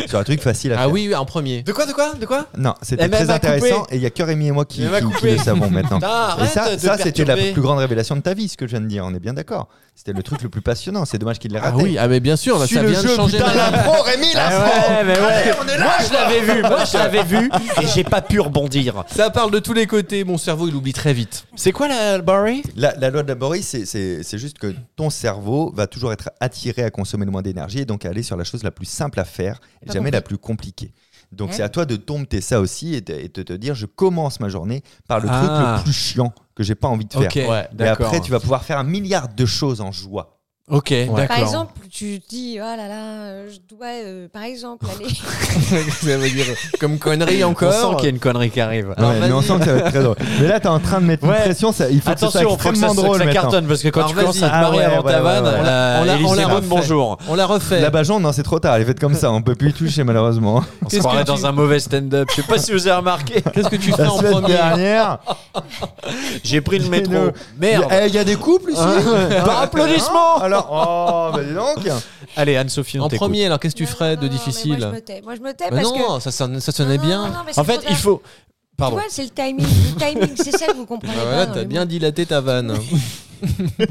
Speaker 2: sur les trucs faciles à
Speaker 4: Ah
Speaker 2: faire.
Speaker 4: oui, oui, en premier.
Speaker 5: De quoi, de quoi, de quoi
Speaker 2: Non, c'était
Speaker 5: Eh ben, Elle m'a-
Speaker 2: très
Speaker 5: m'a
Speaker 2: intéressant
Speaker 5: coupé.
Speaker 2: et il y a que Rémi et moi qui,
Speaker 5: Elle m'a
Speaker 2: qui- qui
Speaker 5: coupé.
Speaker 2: le savons maintenant.
Speaker 5: Putain,
Speaker 2: Et
Speaker 5: arrête
Speaker 2: ça,
Speaker 5: de
Speaker 2: ça c'était la
Speaker 5: perturber.
Speaker 2: plus grande révélation de ta vie, ce que je viens de dire. On est bien d'accord. C'était le truc le plus passionnant. C'est dommage qu'il l'ait
Speaker 4: Ah
Speaker 2: raté.
Speaker 4: oui, ah mais bien sûr, là,
Speaker 2: Suis
Speaker 4: ça
Speaker 2: le
Speaker 4: vient de
Speaker 2: jeu,
Speaker 4: changer.
Speaker 2: putain,
Speaker 4: ma-
Speaker 2: l'impro, Rémi,
Speaker 5: Ah
Speaker 2: l'impro.
Speaker 5: ouais, mais ouais. moi, je l'avais vu, moi, je l'avais vu, et j'ai pas pu rebondir.
Speaker 4: Ça parle de tous les côtés. Mon cerveau, il oublie très vite.
Speaker 5: C'est quoi la Barry
Speaker 2: La, la loi de Laborie, c'est- c'est c'est juste que ton cerveau va toujours être attiré à consommer le moins d'énergie et donc à aller sur la chose la plus simple à faire et
Speaker 3: Pas
Speaker 2: jamais
Speaker 3: compris.
Speaker 2: la plus compliquée. Donc
Speaker 3: Hein
Speaker 2: c'est à toi de dompter ça aussi et de, et de te dire je commence ma journée par le truc
Speaker 5: Ah.
Speaker 2: le plus chiant que j'ai pas envie de faire.
Speaker 5: Ok,
Speaker 4: Ouais,
Speaker 2: Et
Speaker 5: d'accord.
Speaker 2: après tu vas pouvoir faire un milliard de choses en joie.
Speaker 5: Ok, d'accord.
Speaker 3: Par exemple, tu te dis, oh là là, euh, je dois, euh, par exemple, aller.
Speaker 4: ça veut dire comme connerie
Speaker 5: on
Speaker 4: encore.
Speaker 5: sent qu'il y a une connerie qui arrive.
Speaker 4: Alors,
Speaker 2: Ah Ouais, mais on
Speaker 4: vas-y.
Speaker 2: sent que ça va être très drôle. Mais là t'es en train de mettre
Speaker 5: Ouais.
Speaker 2: une pression, ça- il faut
Speaker 5: Attention, faut
Speaker 2: que ça soit
Speaker 5: que ça,
Speaker 2: extrêmement
Speaker 5: que
Speaker 2: drôle
Speaker 5: ça
Speaker 2: maintenant.
Speaker 5: cartonne parce que quand
Speaker 4: Alors,
Speaker 5: tu commences
Speaker 4: vas-y.
Speaker 5: à te
Speaker 2: Ah
Speaker 5: marrer
Speaker 2: ouais,
Speaker 5: avant
Speaker 2: ouais,
Speaker 5: ta
Speaker 2: ouais,
Speaker 5: vanne,
Speaker 2: ouais, ouais.
Speaker 5: euh,
Speaker 4: On l'a-
Speaker 5: Élise
Speaker 4: on l'a
Speaker 5: Moon,
Speaker 4: refait.
Speaker 5: bonjour.
Speaker 4: On l'a refait.
Speaker 2: La Bajon, non c'est trop tard, elle est faite comme ça, on peut plus y toucher malheureusement.
Speaker 5: On se
Speaker 4: Qu'est-ce
Speaker 5: croirait
Speaker 4: que tu-
Speaker 5: dans un mauvais stand-up. Je sais pas si vous avez remarqué.
Speaker 4: Qu'est-ce que tu fais
Speaker 2: La
Speaker 4: en
Speaker 2: semaine
Speaker 4: premier
Speaker 2: dernière,
Speaker 5: J'ai pris le
Speaker 2: Dis-nous.
Speaker 5: métro.
Speaker 2: il
Speaker 5: Merde.
Speaker 2: y, a- eh, il y a des couples ici
Speaker 5: Par applaudissement.
Speaker 2: Alors, oh, bah dis donc
Speaker 5: Allez, Anne-Sophie, on
Speaker 4: En
Speaker 5: t'écoute.
Speaker 4: premier, alors qu'est-ce que tu
Speaker 3: Non,
Speaker 4: ferais
Speaker 3: non,
Speaker 4: de
Speaker 3: non, non, mais
Speaker 4: difficile
Speaker 3: Moi, je me tais, moi, je me tais
Speaker 4: Bah
Speaker 3: parce que.
Speaker 4: Non, ça, sonne- ça sonnait
Speaker 3: Non, non,
Speaker 4: bien.
Speaker 3: non, mais c'est
Speaker 5: En fait,
Speaker 3: trop
Speaker 5: il
Speaker 3: tard.
Speaker 5: faut. Pardon.
Speaker 3: Tu vois, c'est le timing. Le timing, c'est ça que vous comprenez.
Speaker 4: Ah,
Speaker 3: pas
Speaker 4: Voilà,
Speaker 3: dans
Speaker 4: t'as
Speaker 3: les
Speaker 4: bien
Speaker 3: mots.
Speaker 4: dilaté ta vanne.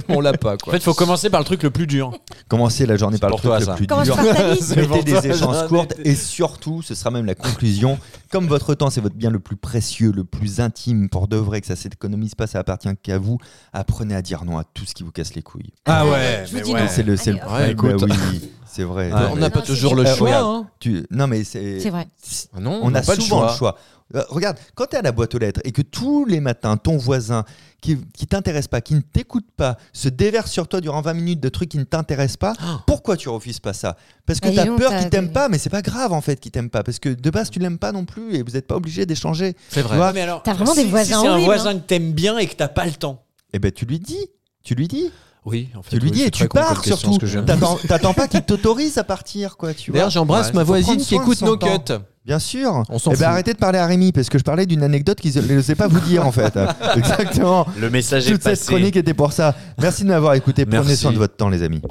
Speaker 4: On l'a pas,
Speaker 5: En
Speaker 4: quoi.
Speaker 5: fait, faut commencer par le truc le plus dur.
Speaker 2: Commencez la journée par le
Speaker 5: pour
Speaker 2: truc
Speaker 5: toi,
Speaker 2: le
Speaker 5: ça.
Speaker 2: plus
Speaker 3: Commence
Speaker 2: dur.
Speaker 3: par ta liste.
Speaker 5: C'est pour
Speaker 2: Mettez
Speaker 5: toi,
Speaker 2: des échanges
Speaker 5: j'en ai
Speaker 2: courtes
Speaker 5: été.
Speaker 2: et surtout, ce sera même la conclusion. Comme votre temps, c'est votre bien le plus précieux, le plus intime, pour de vrai que ça s'économise pas, ça appartient qu'à vous. Apprenez à dire non à tout ce qui vous casse les couilles.
Speaker 5: Ah
Speaker 3: ouais, Je vous mais dis ouais. non.
Speaker 2: C'est le, c'est le-
Speaker 3: Allez,
Speaker 4: hop. Ouais,
Speaker 2: Bah
Speaker 4: écoute.
Speaker 2: oui, c'est vrai.
Speaker 5: Ouais,
Speaker 4: on n'a
Speaker 3: mais-
Speaker 4: pas
Speaker 3: Non,
Speaker 4: toujours
Speaker 3: c'est-
Speaker 4: le
Speaker 2: Euh,
Speaker 4: choix.
Speaker 2: regarde.
Speaker 4: hein.
Speaker 2: Tu- Non mais c'est.
Speaker 3: C'est vrai.
Speaker 4: Ah Non,
Speaker 2: On, a
Speaker 4: n'a pas le
Speaker 2: souvent
Speaker 4: choix.
Speaker 2: le choix. Euh, regarde, quand tu es à la boîte aux lettres et que tous les matins, ton voisin qui qui t'intéresse pas, qui ne t'écoute pas, se déverse sur toi durant 20 minutes de trucs qui ne t'intéressent pas,
Speaker 4: Ah.
Speaker 2: pourquoi tu refuses pas ça Parce que
Speaker 3: Ah, dis
Speaker 2: tu as
Speaker 3: donc,
Speaker 2: peur
Speaker 3: t'as
Speaker 2: qu'il t'aime
Speaker 3: des-
Speaker 2: pas, mais c'est pas grave en fait qu'il t'aime pas. Parce que de base, tu l'aimes pas non plus et vous n'êtes pas obligé d'échanger.
Speaker 4: C'est
Speaker 2: Tu
Speaker 4: vrai.
Speaker 2: vois
Speaker 5: mais alors,
Speaker 3: T'as vraiment
Speaker 5: si-
Speaker 3: des voisins
Speaker 5: Si c'est un
Speaker 3: horribles, hein.
Speaker 5: voisin que t'aimes bien et que t'as pas le temps.
Speaker 2: Et ben tu lui dis. Tu lui dis,
Speaker 5: Oui, en fait.
Speaker 2: tu lui dis et tu pars surtout. T'attends t'attends pas qu'il t'autorise à partir, quoi. tu vois.
Speaker 4: D'ailleurs, j'embrasse
Speaker 2: Ouais,
Speaker 4: ma
Speaker 2: faut prendre
Speaker 4: voisine qui
Speaker 2: soin de
Speaker 4: écoute
Speaker 2: son
Speaker 4: nos
Speaker 2: temps.
Speaker 4: cuts.
Speaker 2: Bien sûr.
Speaker 4: On s'en
Speaker 2: Eh ben,
Speaker 4: fout.
Speaker 2: arrêtez de parler à Rémi parce que je parlais d'une anecdote qu'ils n'osaient pas vous dire en fait. Exactement.
Speaker 5: Le message est
Speaker 2: Toute cette
Speaker 5: passé.
Speaker 2: chronique était pour ça. Merci de m'avoir écouté. Prenez
Speaker 5: Merci.
Speaker 2: soin de votre temps, les amis.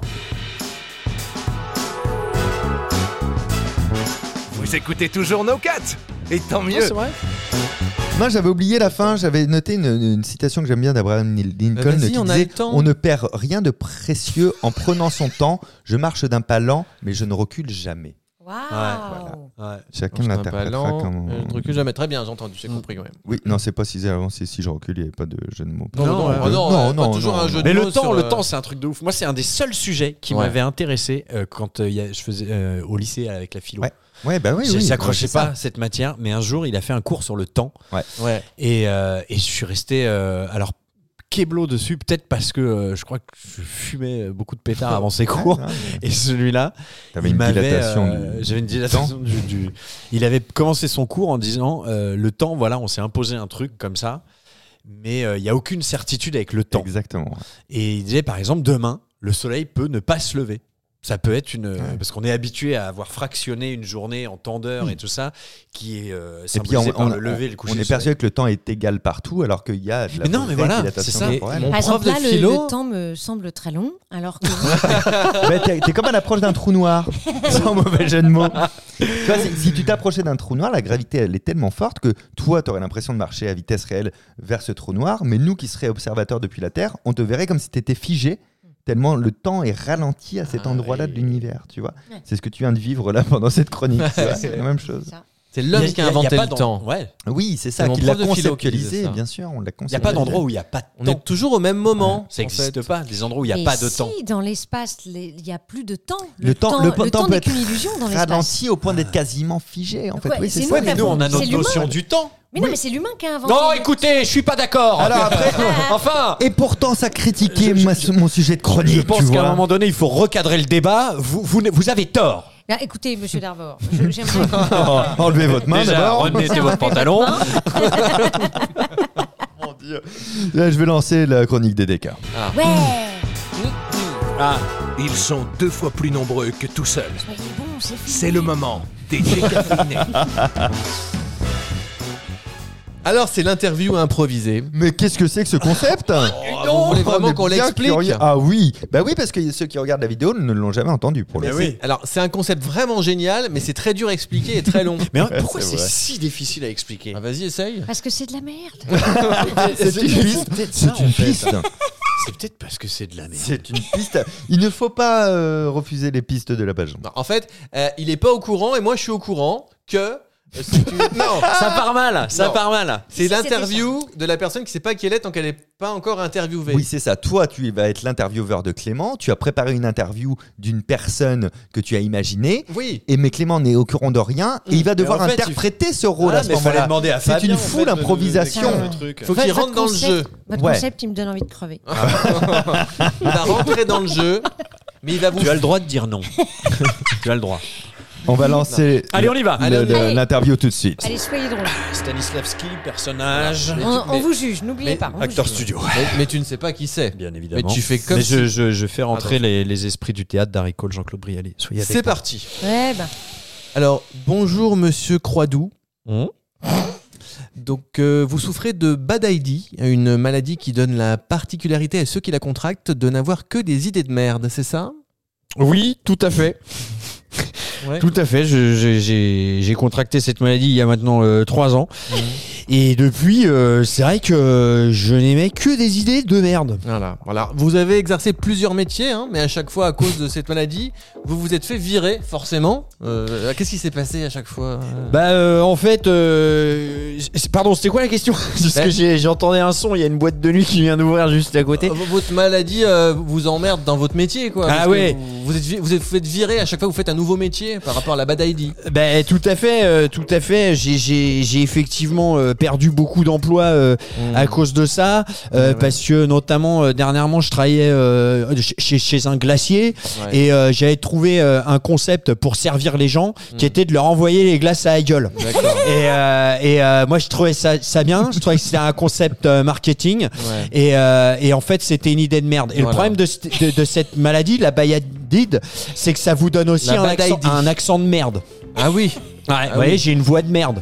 Speaker 1: Vous écoutez toujours No Cut Et tant mieux
Speaker 5: C'est vrai
Speaker 2: Moi, j'avais oublié la fin. J'avais noté une, une citation que j'aime bien d'Abraham Lincoln
Speaker 4: Euh, vas-y,
Speaker 2: qui
Speaker 4: on a
Speaker 2: disait
Speaker 4: le temps.
Speaker 2: ne perd rien de précieux en prenant son temps. Je marche d'un pas lent, mais je ne recule jamais. voilà.
Speaker 3: Waouh.
Speaker 5: Ouais.
Speaker 2: Chacun
Speaker 4: Je serai pas
Speaker 2: l'interprétera
Speaker 4: lent,
Speaker 2: comme.
Speaker 4: euh, Le truc que jamais. Très bien, j'ai entendu, j'ai compris. ouais.
Speaker 2: Oui, non, c'est pas 6 avant, c'est si je recule, il n'y avait pas de jeu de mots.
Speaker 4: Non, non,
Speaker 5: non,
Speaker 2: non,
Speaker 4: non, euh, pas
Speaker 2: non,
Speaker 4: toujours
Speaker 2: non,
Speaker 4: un
Speaker 2: non.
Speaker 4: jeu de
Speaker 5: Mais le
Speaker 4: mots
Speaker 5: temps,
Speaker 4: sur,
Speaker 5: le
Speaker 4: euh,
Speaker 5: temps, c'est un truc de ouf. Moi, c'est un des seuls sujets qui
Speaker 4: Ouais.
Speaker 5: m'avait intéressé euh, quand euh, il y a- je faisais euh, au lycée avec la philo.
Speaker 2: Ouais, bah oui,
Speaker 5: Je
Speaker 2: oui.
Speaker 5: J'accrochais
Speaker 2: c'est ça.
Speaker 5: pas à cette matière, mais un jour, il a fait un cours sur le temps
Speaker 4: Ouais.
Speaker 5: et, euh, et je suis resté euh, alors keblo dessus, peut-être parce que euh, je crois que je fumais euh, beaucoup de pétards avant ces cours.
Speaker 2: Ouais, ouais.
Speaker 5: Et celui-là,
Speaker 2: T'avais
Speaker 5: il
Speaker 2: une
Speaker 5: m'avait,
Speaker 2: dilatation.
Speaker 5: euh,
Speaker 2: du-
Speaker 5: J'avais une dilatation du, du- Il avait commencé son cours en disant euh, le temps, voilà, on s'est imposé un truc comme ça, mais euh, il n'y a aucune certitude avec le temps.
Speaker 2: Exactement.
Speaker 5: Et il disait par exemple demain, le soleil peut ne pas se lever. Ça peut être une.
Speaker 2: Ouais. Hmm.
Speaker 5: Parce qu'on est habitué à avoir fractionné une journée en temps d'heure et tout ça, qui est euh,
Speaker 2: Et puis on,
Speaker 5: symbolisée par
Speaker 2: on-
Speaker 5: le lever et le
Speaker 2: on
Speaker 5: coucher.
Speaker 2: est
Speaker 5: du soleil.
Speaker 2: persuadé que le temps est égal partout, alors qu'il y a de la
Speaker 5: Mais non, mais
Speaker 2: volonté,
Speaker 5: voilà,
Speaker 2: de l'adaptation
Speaker 5: c'est ça.
Speaker 2: temporelle.
Speaker 4: Mon
Speaker 3: Par exemple,
Speaker 4: prof
Speaker 3: là,
Speaker 4: de
Speaker 3: le,
Speaker 4: philo-
Speaker 3: le temps me semble très long, alors que
Speaker 2: Bah, t'es t'es comme à l'approche d'un trou noir, sans mauvais jeu de mots. tu vois, si, si tu t'approchais d'un trou noir, la gravité, elle est tellement forte que toi, tu aurais l'impression de marcher à vitesse réelle vers ce trou noir, mais nous qui serions observateurs depuis la Terre, on te verrait comme si tu étais figé, tellement le temps est ralenti à cet
Speaker 4: Ah
Speaker 2: endroit-là
Speaker 4: oui.
Speaker 2: de l'univers, tu vois.
Speaker 3: Ouais.
Speaker 2: C'est ce que tu viens de vivre là pendant cette chronique, tu vois, c'est la même chose.
Speaker 3: ça.
Speaker 4: C'est
Speaker 5: Il y
Speaker 4: l'homme qui
Speaker 5: il y
Speaker 4: a
Speaker 5: il y
Speaker 4: inventé
Speaker 5: pas
Speaker 4: le
Speaker 5: d'en-
Speaker 4: temps.
Speaker 5: Ouais.
Speaker 2: Oui, c'est ça,
Speaker 4: C'est mon
Speaker 2: qui l'a
Speaker 4: prof de philo qui disait
Speaker 2: conceptualisé,
Speaker 4: ça.
Speaker 2: bien sûr, on l'a
Speaker 5: Il n'y a
Speaker 2: conceptualisé.
Speaker 5: pas d'endroit où il n'y a pas de temps.
Speaker 4: On est toujours au même moment.
Speaker 5: Ça
Speaker 4: en fait.
Speaker 5: n'existe pas, des endroits où il n'y
Speaker 3: Et
Speaker 5: a pas de
Speaker 3: si,
Speaker 5: temps.
Speaker 3: dans l'espace, les- il n'y a plus de temps.
Speaker 2: Le temps- le temps peut
Speaker 3: n'est
Speaker 2: être
Speaker 3: qu'une illusion dans l'espace.
Speaker 2: Ralenti au point d'être quasiment figé, en fait.
Speaker 3: Ouais,
Speaker 2: oui,
Speaker 3: c'est
Speaker 2: c'est
Speaker 3: nous
Speaker 2: ça.
Speaker 3: qui
Speaker 5: Mais nous, on a
Speaker 3: C'est
Speaker 5: notre
Speaker 3: l'humain.
Speaker 5: notion du temps.
Speaker 3: Mais non, mais c'est l'humain qui a inventé.
Speaker 5: Non, écoutez, je suis pas d'accord.
Speaker 2: Alors après,
Speaker 5: enfin,
Speaker 2: Et pourtant, ça critiquait
Speaker 5: Je- je-
Speaker 2: ma- mon sujet de chronique.
Speaker 5: je
Speaker 2: tu
Speaker 5: pense
Speaker 2: vois.
Speaker 5: qu'à un moment donné, il faut recadrer le débat. Vous, vous, ne- vous avez tort.
Speaker 3: Là, Ah, écoutez, monsieur Darvor, je- j'aimerais.
Speaker 2: Oh, enlevez votre main
Speaker 5: Déjà,
Speaker 2: d'abord.
Speaker 5: remettez votre pantalon.
Speaker 2: oh Là, je vais lancer la chronique des décas.
Speaker 3: ouais,
Speaker 5: Ah,
Speaker 1: Ils sont deux fois plus nombreux que tout seul.
Speaker 3: soyez bon, c'est fini.
Speaker 1: C'est le moment des décaféinés.
Speaker 4: Alors, c'est l'interview improvisée.
Speaker 2: Mais qu'est-ce que c'est que ce concept
Speaker 4: Ah, vous voulez vraiment qu'on
Speaker 2: On est Oh, bien
Speaker 4: l'explique
Speaker 2: curieux. Ah oui, bah oui, parce que ceux qui regardent la vidéo ne l'ont jamais entendu pour
Speaker 4: Eh
Speaker 2: le
Speaker 5: Mais
Speaker 2: coup.
Speaker 5: oui.
Speaker 4: Alors, c'est un concept vraiment génial, mais c'est très dur à expliquer et très long.
Speaker 5: Mais hein, pourquoi
Speaker 2: C'est
Speaker 5: c'est
Speaker 2: vrai.
Speaker 5: si difficile à expliquer
Speaker 4: Ah, vas-y, essaye.
Speaker 3: Parce que c'est de la merde.
Speaker 2: Ah, C'est une piste.
Speaker 5: peut-être
Speaker 4: Ah,
Speaker 5: ça,
Speaker 2: C'est une
Speaker 5: en fait.
Speaker 2: piste.
Speaker 5: C'est peut-être parce que c'est de la merde.
Speaker 2: C'est une piste. Il ne faut pas euh, refuser les pistes de la page.
Speaker 4: Non, en fait, euh, il est pas au courant et moi je suis au courant que. euh, c'est une- Non,
Speaker 5: Ça part mal, ça
Speaker 4: Non.
Speaker 5: part mal.
Speaker 4: c'est
Speaker 3: Si, c'était
Speaker 4: l'interview de la personne qui sait pas qui elle est tant qu'elle est pas encore interviewée.
Speaker 2: Oui, c'est ça. Toi, tu vas être l'intervieweur de Clément. Tu as préparé une interview d'une personne que tu as imaginée.
Speaker 4: Oui.
Speaker 2: Et mais Clément n'est au courant de rien et il va devoir
Speaker 5: en fait,
Speaker 2: interpréter ce rôle à ce moment-là.
Speaker 5: demander à
Speaker 2: C'est une foule improvisation.
Speaker 4: Faut
Speaker 3: Votre-
Speaker 4: qu'il
Speaker 3: votre
Speaker 4: rentre dans le
Speaker 3: concept-
Speaker 4: jeu.
Speaker 3: Votre
Speaker 2: Ouais.
Speaker 3: concept, il me donne envie de crever.
Speaker 5: Ah.
Speaker 4: Il
Speaker 3: Ah
Speaker 4: va rentrer dans le jeu, mais il va vous.
Speaker 5: Tu as le droit de dire non. tu as le droit.
Speaker 2: On va lancer
Speaker 5: Allez, on y va.
Speaker 2: le-
Speaker 4: Allez, on y
Speaker 2: le-
Speaker 3: va.
Speaker 2: l'interview tout de suite.
Speaker 3: Allez, soyez drôles.
Speaker 5: Ah, Stanislavski, personnage,
Speaker 4: Mais
Speaker 3: On,
Speaker 4: tu-
Speaker 3: on
Speaker 4: mais-
Speaker 3: vous juge, n'oubliez
Speaker 4: mais-
Speaker 3: pas. on vous
Speaker 5: acteur
Speaker 3: juge.
Speaker 5: studio.
Speaker 4: Mais, mais tu ne sais pas qui c'est.
Speaker 5: Bien
Speaker 4: Mais
Speaker 5: évidemment.
Speaker 4: tu fais comme.
Speaker 5: Mais
Speaker 4: si-
Speaker 5: je, je- je fais rentrer les, les esprits du théâtre d'Haricot, Jean-Claude Brialy. Soyez avec
Speaker 4: C'est
Speaker 5: moi.
Speaker 4: parti.
Speaker 3: Ouais, bah,
Speaker 4: Alors bonjour Monsieur Croidoux.
Speaker 5: Hum
Speaker 4: Donc, euh, vous souffrez de Badaidi, une maladie qui donne la particularité à ceux qui la contractent de n'avoir que des idées de merde, c'est ça
Speaker 5: Oui, tout à fait.
Speaker 4: Ouais.
Speaker 5: Tout à fait. Je- je- J'ai j'ai contracté cette maladie il y a maintenant euh, trois ans. Et depuis, euh, c'est vrai que euh, je n'aimais que des idées de merde.
Speaker 4: Voilà. voilà. Vous avez exercé plusieurs métiers, hein, mais à chaque fois, à cause de cette maladie, vous vous êtes fait virer, forcément. Euh, Qu'est-ce qui s'est passé à chaque fois euh
Speaker 5: Bah euh, en fait, euh, j- pardon, c'était quoi la question Parce
Speaker 4: Ben-
Speaker 5: que j'ai- j'entendais un son. Il y a une boîte de nuit qui vient d'ouvrir juste à côté.
Speaker 4: Euh, Votre maladie euh, vous emmerde dans votre métier, quoi.
Speaker 5: Ah
Speaker 4: parce que
Speaker 5: ouais.
Speaker 4: Vous, vous êtes, vi- vous êtes fait virer à chaque fois que vous faites un nouveau métier par rapport à la Badaidi.
Speaker 5: Ben tout à fait, euh, tout à fait. J'ai- J'ai j'ai effectivement euh, perdu beaucoup d'emplois euh, à cause de ça, euh,
Speaker 4: Mmh. Ouais, ouais.
Speaker 5: parce que notamment euh, dernièrement, je travaillais euh, ch- chez, chez un glacier
Speaker 4: Ouais.
Speaker 5: et euh, j'avais trouvé euh, un concept pour servir les gens, qui
Speaker 4: Mm.
Speaker 5: était de leur envoyer les glaces à la gueule.
Speaker 4: D'accord.
Speaker 5: et euh, et, euh, moi, je trouvais ça, ça bien. Je trouvais que c'était un concept euh, marketing.
Speaker 4: Ouais.
Speaker 5: Et, euh, et en fait, c'était une idée de merde. Et le
Speaker 4: Voilà.
Speaker 5: problème de, cette- de- de cette maladie, la bayadide, c'est que ça vous donne aussi
Speaker 4: La
Speaker 5: un accent,
Speaker 4: badaïdie.
Speaker 5: un accent de merde.
Speaker 4: Ah oui.
Speaker 5: Ouais, vous voyez,
Speaker 4: oui.
Speaker 5: j'ai une voix de merde.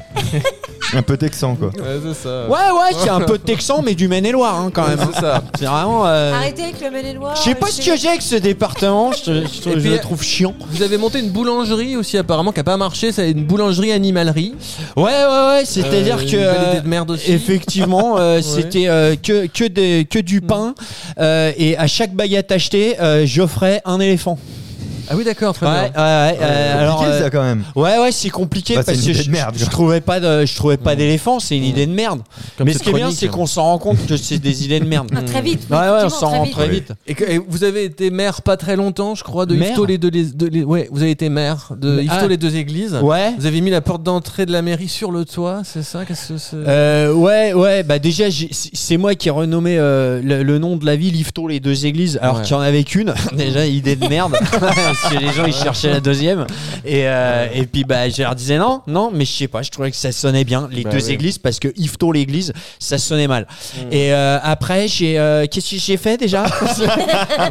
Speaker 2: Un peu texan quoi.
Speaker 4: Ouais, c'est ça.
Speaker 5: Ouais, ouais, c'est un peu de texan, mais du Maine-et-Loire hein, quand même.
Speaker 4: Euh. C'est ça.
Speaker 5: C'est vraiment. euh,
Speaker 3: Arrêtez avec le Maine-et-Loire.
Speaker 5: Je sais pas
Speaker 3: euh,
Speaker 5: ce
Speaker 3: c'est-
Speaker 5: que j'ai avec ce département, je, te- je te-
Speaker 4: Et
Speaker 5: je
Speaker 4: puis- euh,
Speaker 5: le trouve chiant.
Speaker 4: Vous avez monté une boulangerie aussi apparemment qui a pas marché, c'est une boulangerie animalerie.
Speaker 5: Ouais, ouais, ouais, c'est-à-dire
Speaker 4: Euh,
Speaker 5: que.
Speaker 4: une belle
Speaker 5: euh,
Speaker 4: idée de merde aussi.
Speaker 5: Effectivement, euh, c'était euh, que, que, des- que
Speaker 4: Mm.
Speaker 5: du pain euh, et à chaque baguette achetée, euh, j'offrais un éléphant.
Speaker 4: Ah oui d'accord, très
Speaker 5: Ouais,
Speaker 4: bien.
Speaker 5: ouais, ouais, euh, alors,
Speaker 2: Compliqué,
Speaker 5: euh,
Speaker 2: ça quand même.
Speaker 5: Ouais ouais c'est compliqué
Speaker 2: Bah, c'est
Speaker 5: parce
Speaker 2: une
Speaker 5: que
Speaker 2: idée
Speaker 5: je,
Speaker 2: de merde,
Speaker 5: je
Speaker 2: quoi.
Speaker 5: trouvais pas de, je trouvais pas d'éléphant c'est une idée de merde
Speaker 4: Mm. Comme
Speaker 5: mais ce
Speaker 4: cette
Speaker 5: qui est bien
Speaker 4: chronique. hein. Mm.
Speaker 5: c'est qu'on s'en rend compte que c'est des idées de merde
Speaker 3: Ah, très vite. oui,
Speaker 5: ouais ouais on
Speaker 3: effectivement,
Speaker 5: s'en rend très
Speaker 2: Oui.
Speaker 5: vite
Speaker 4: Et, que, et vous avez été maire pas très longtemps, je crois, de
Speaker 5: Maire
Speaker 4: Yvetot les deux. les- de les- ouais, vous avez été maire de
Speaker 5: Ah.
Speaker 4: Yvetot les deux églises.
Speaker 5: ouais
Speaker 4: Vous avez mis la porte d'entrée de la mairie sur le toit, c'est ça Qu'est-ce que c'est
Speaker 5: Euh, ouais, ouais, bah déjà, j'ai- c'est c'est moi qui ai renommé euh, le, le nom de la ville, Yvetot, les deux églises, alors
Speaker 4: Ouais.
Speaker 5: qu'il y en avait qu'une. déjà, idée de merde. parce que les gens ils cherchaient la deuxième. Et, euh, et puis bah, je leur disais non, non, mais je sais pas, je trouvais que ça sonnait bien les
Speaker 4: Bah
Speaker 5: deux
Speaker 4: oui.
Speaker 5: églises parce que Yvetot l'église, ça sonnait mal. Et euh, après, j'ai euh, qu'est-ce que j'ai fait déjà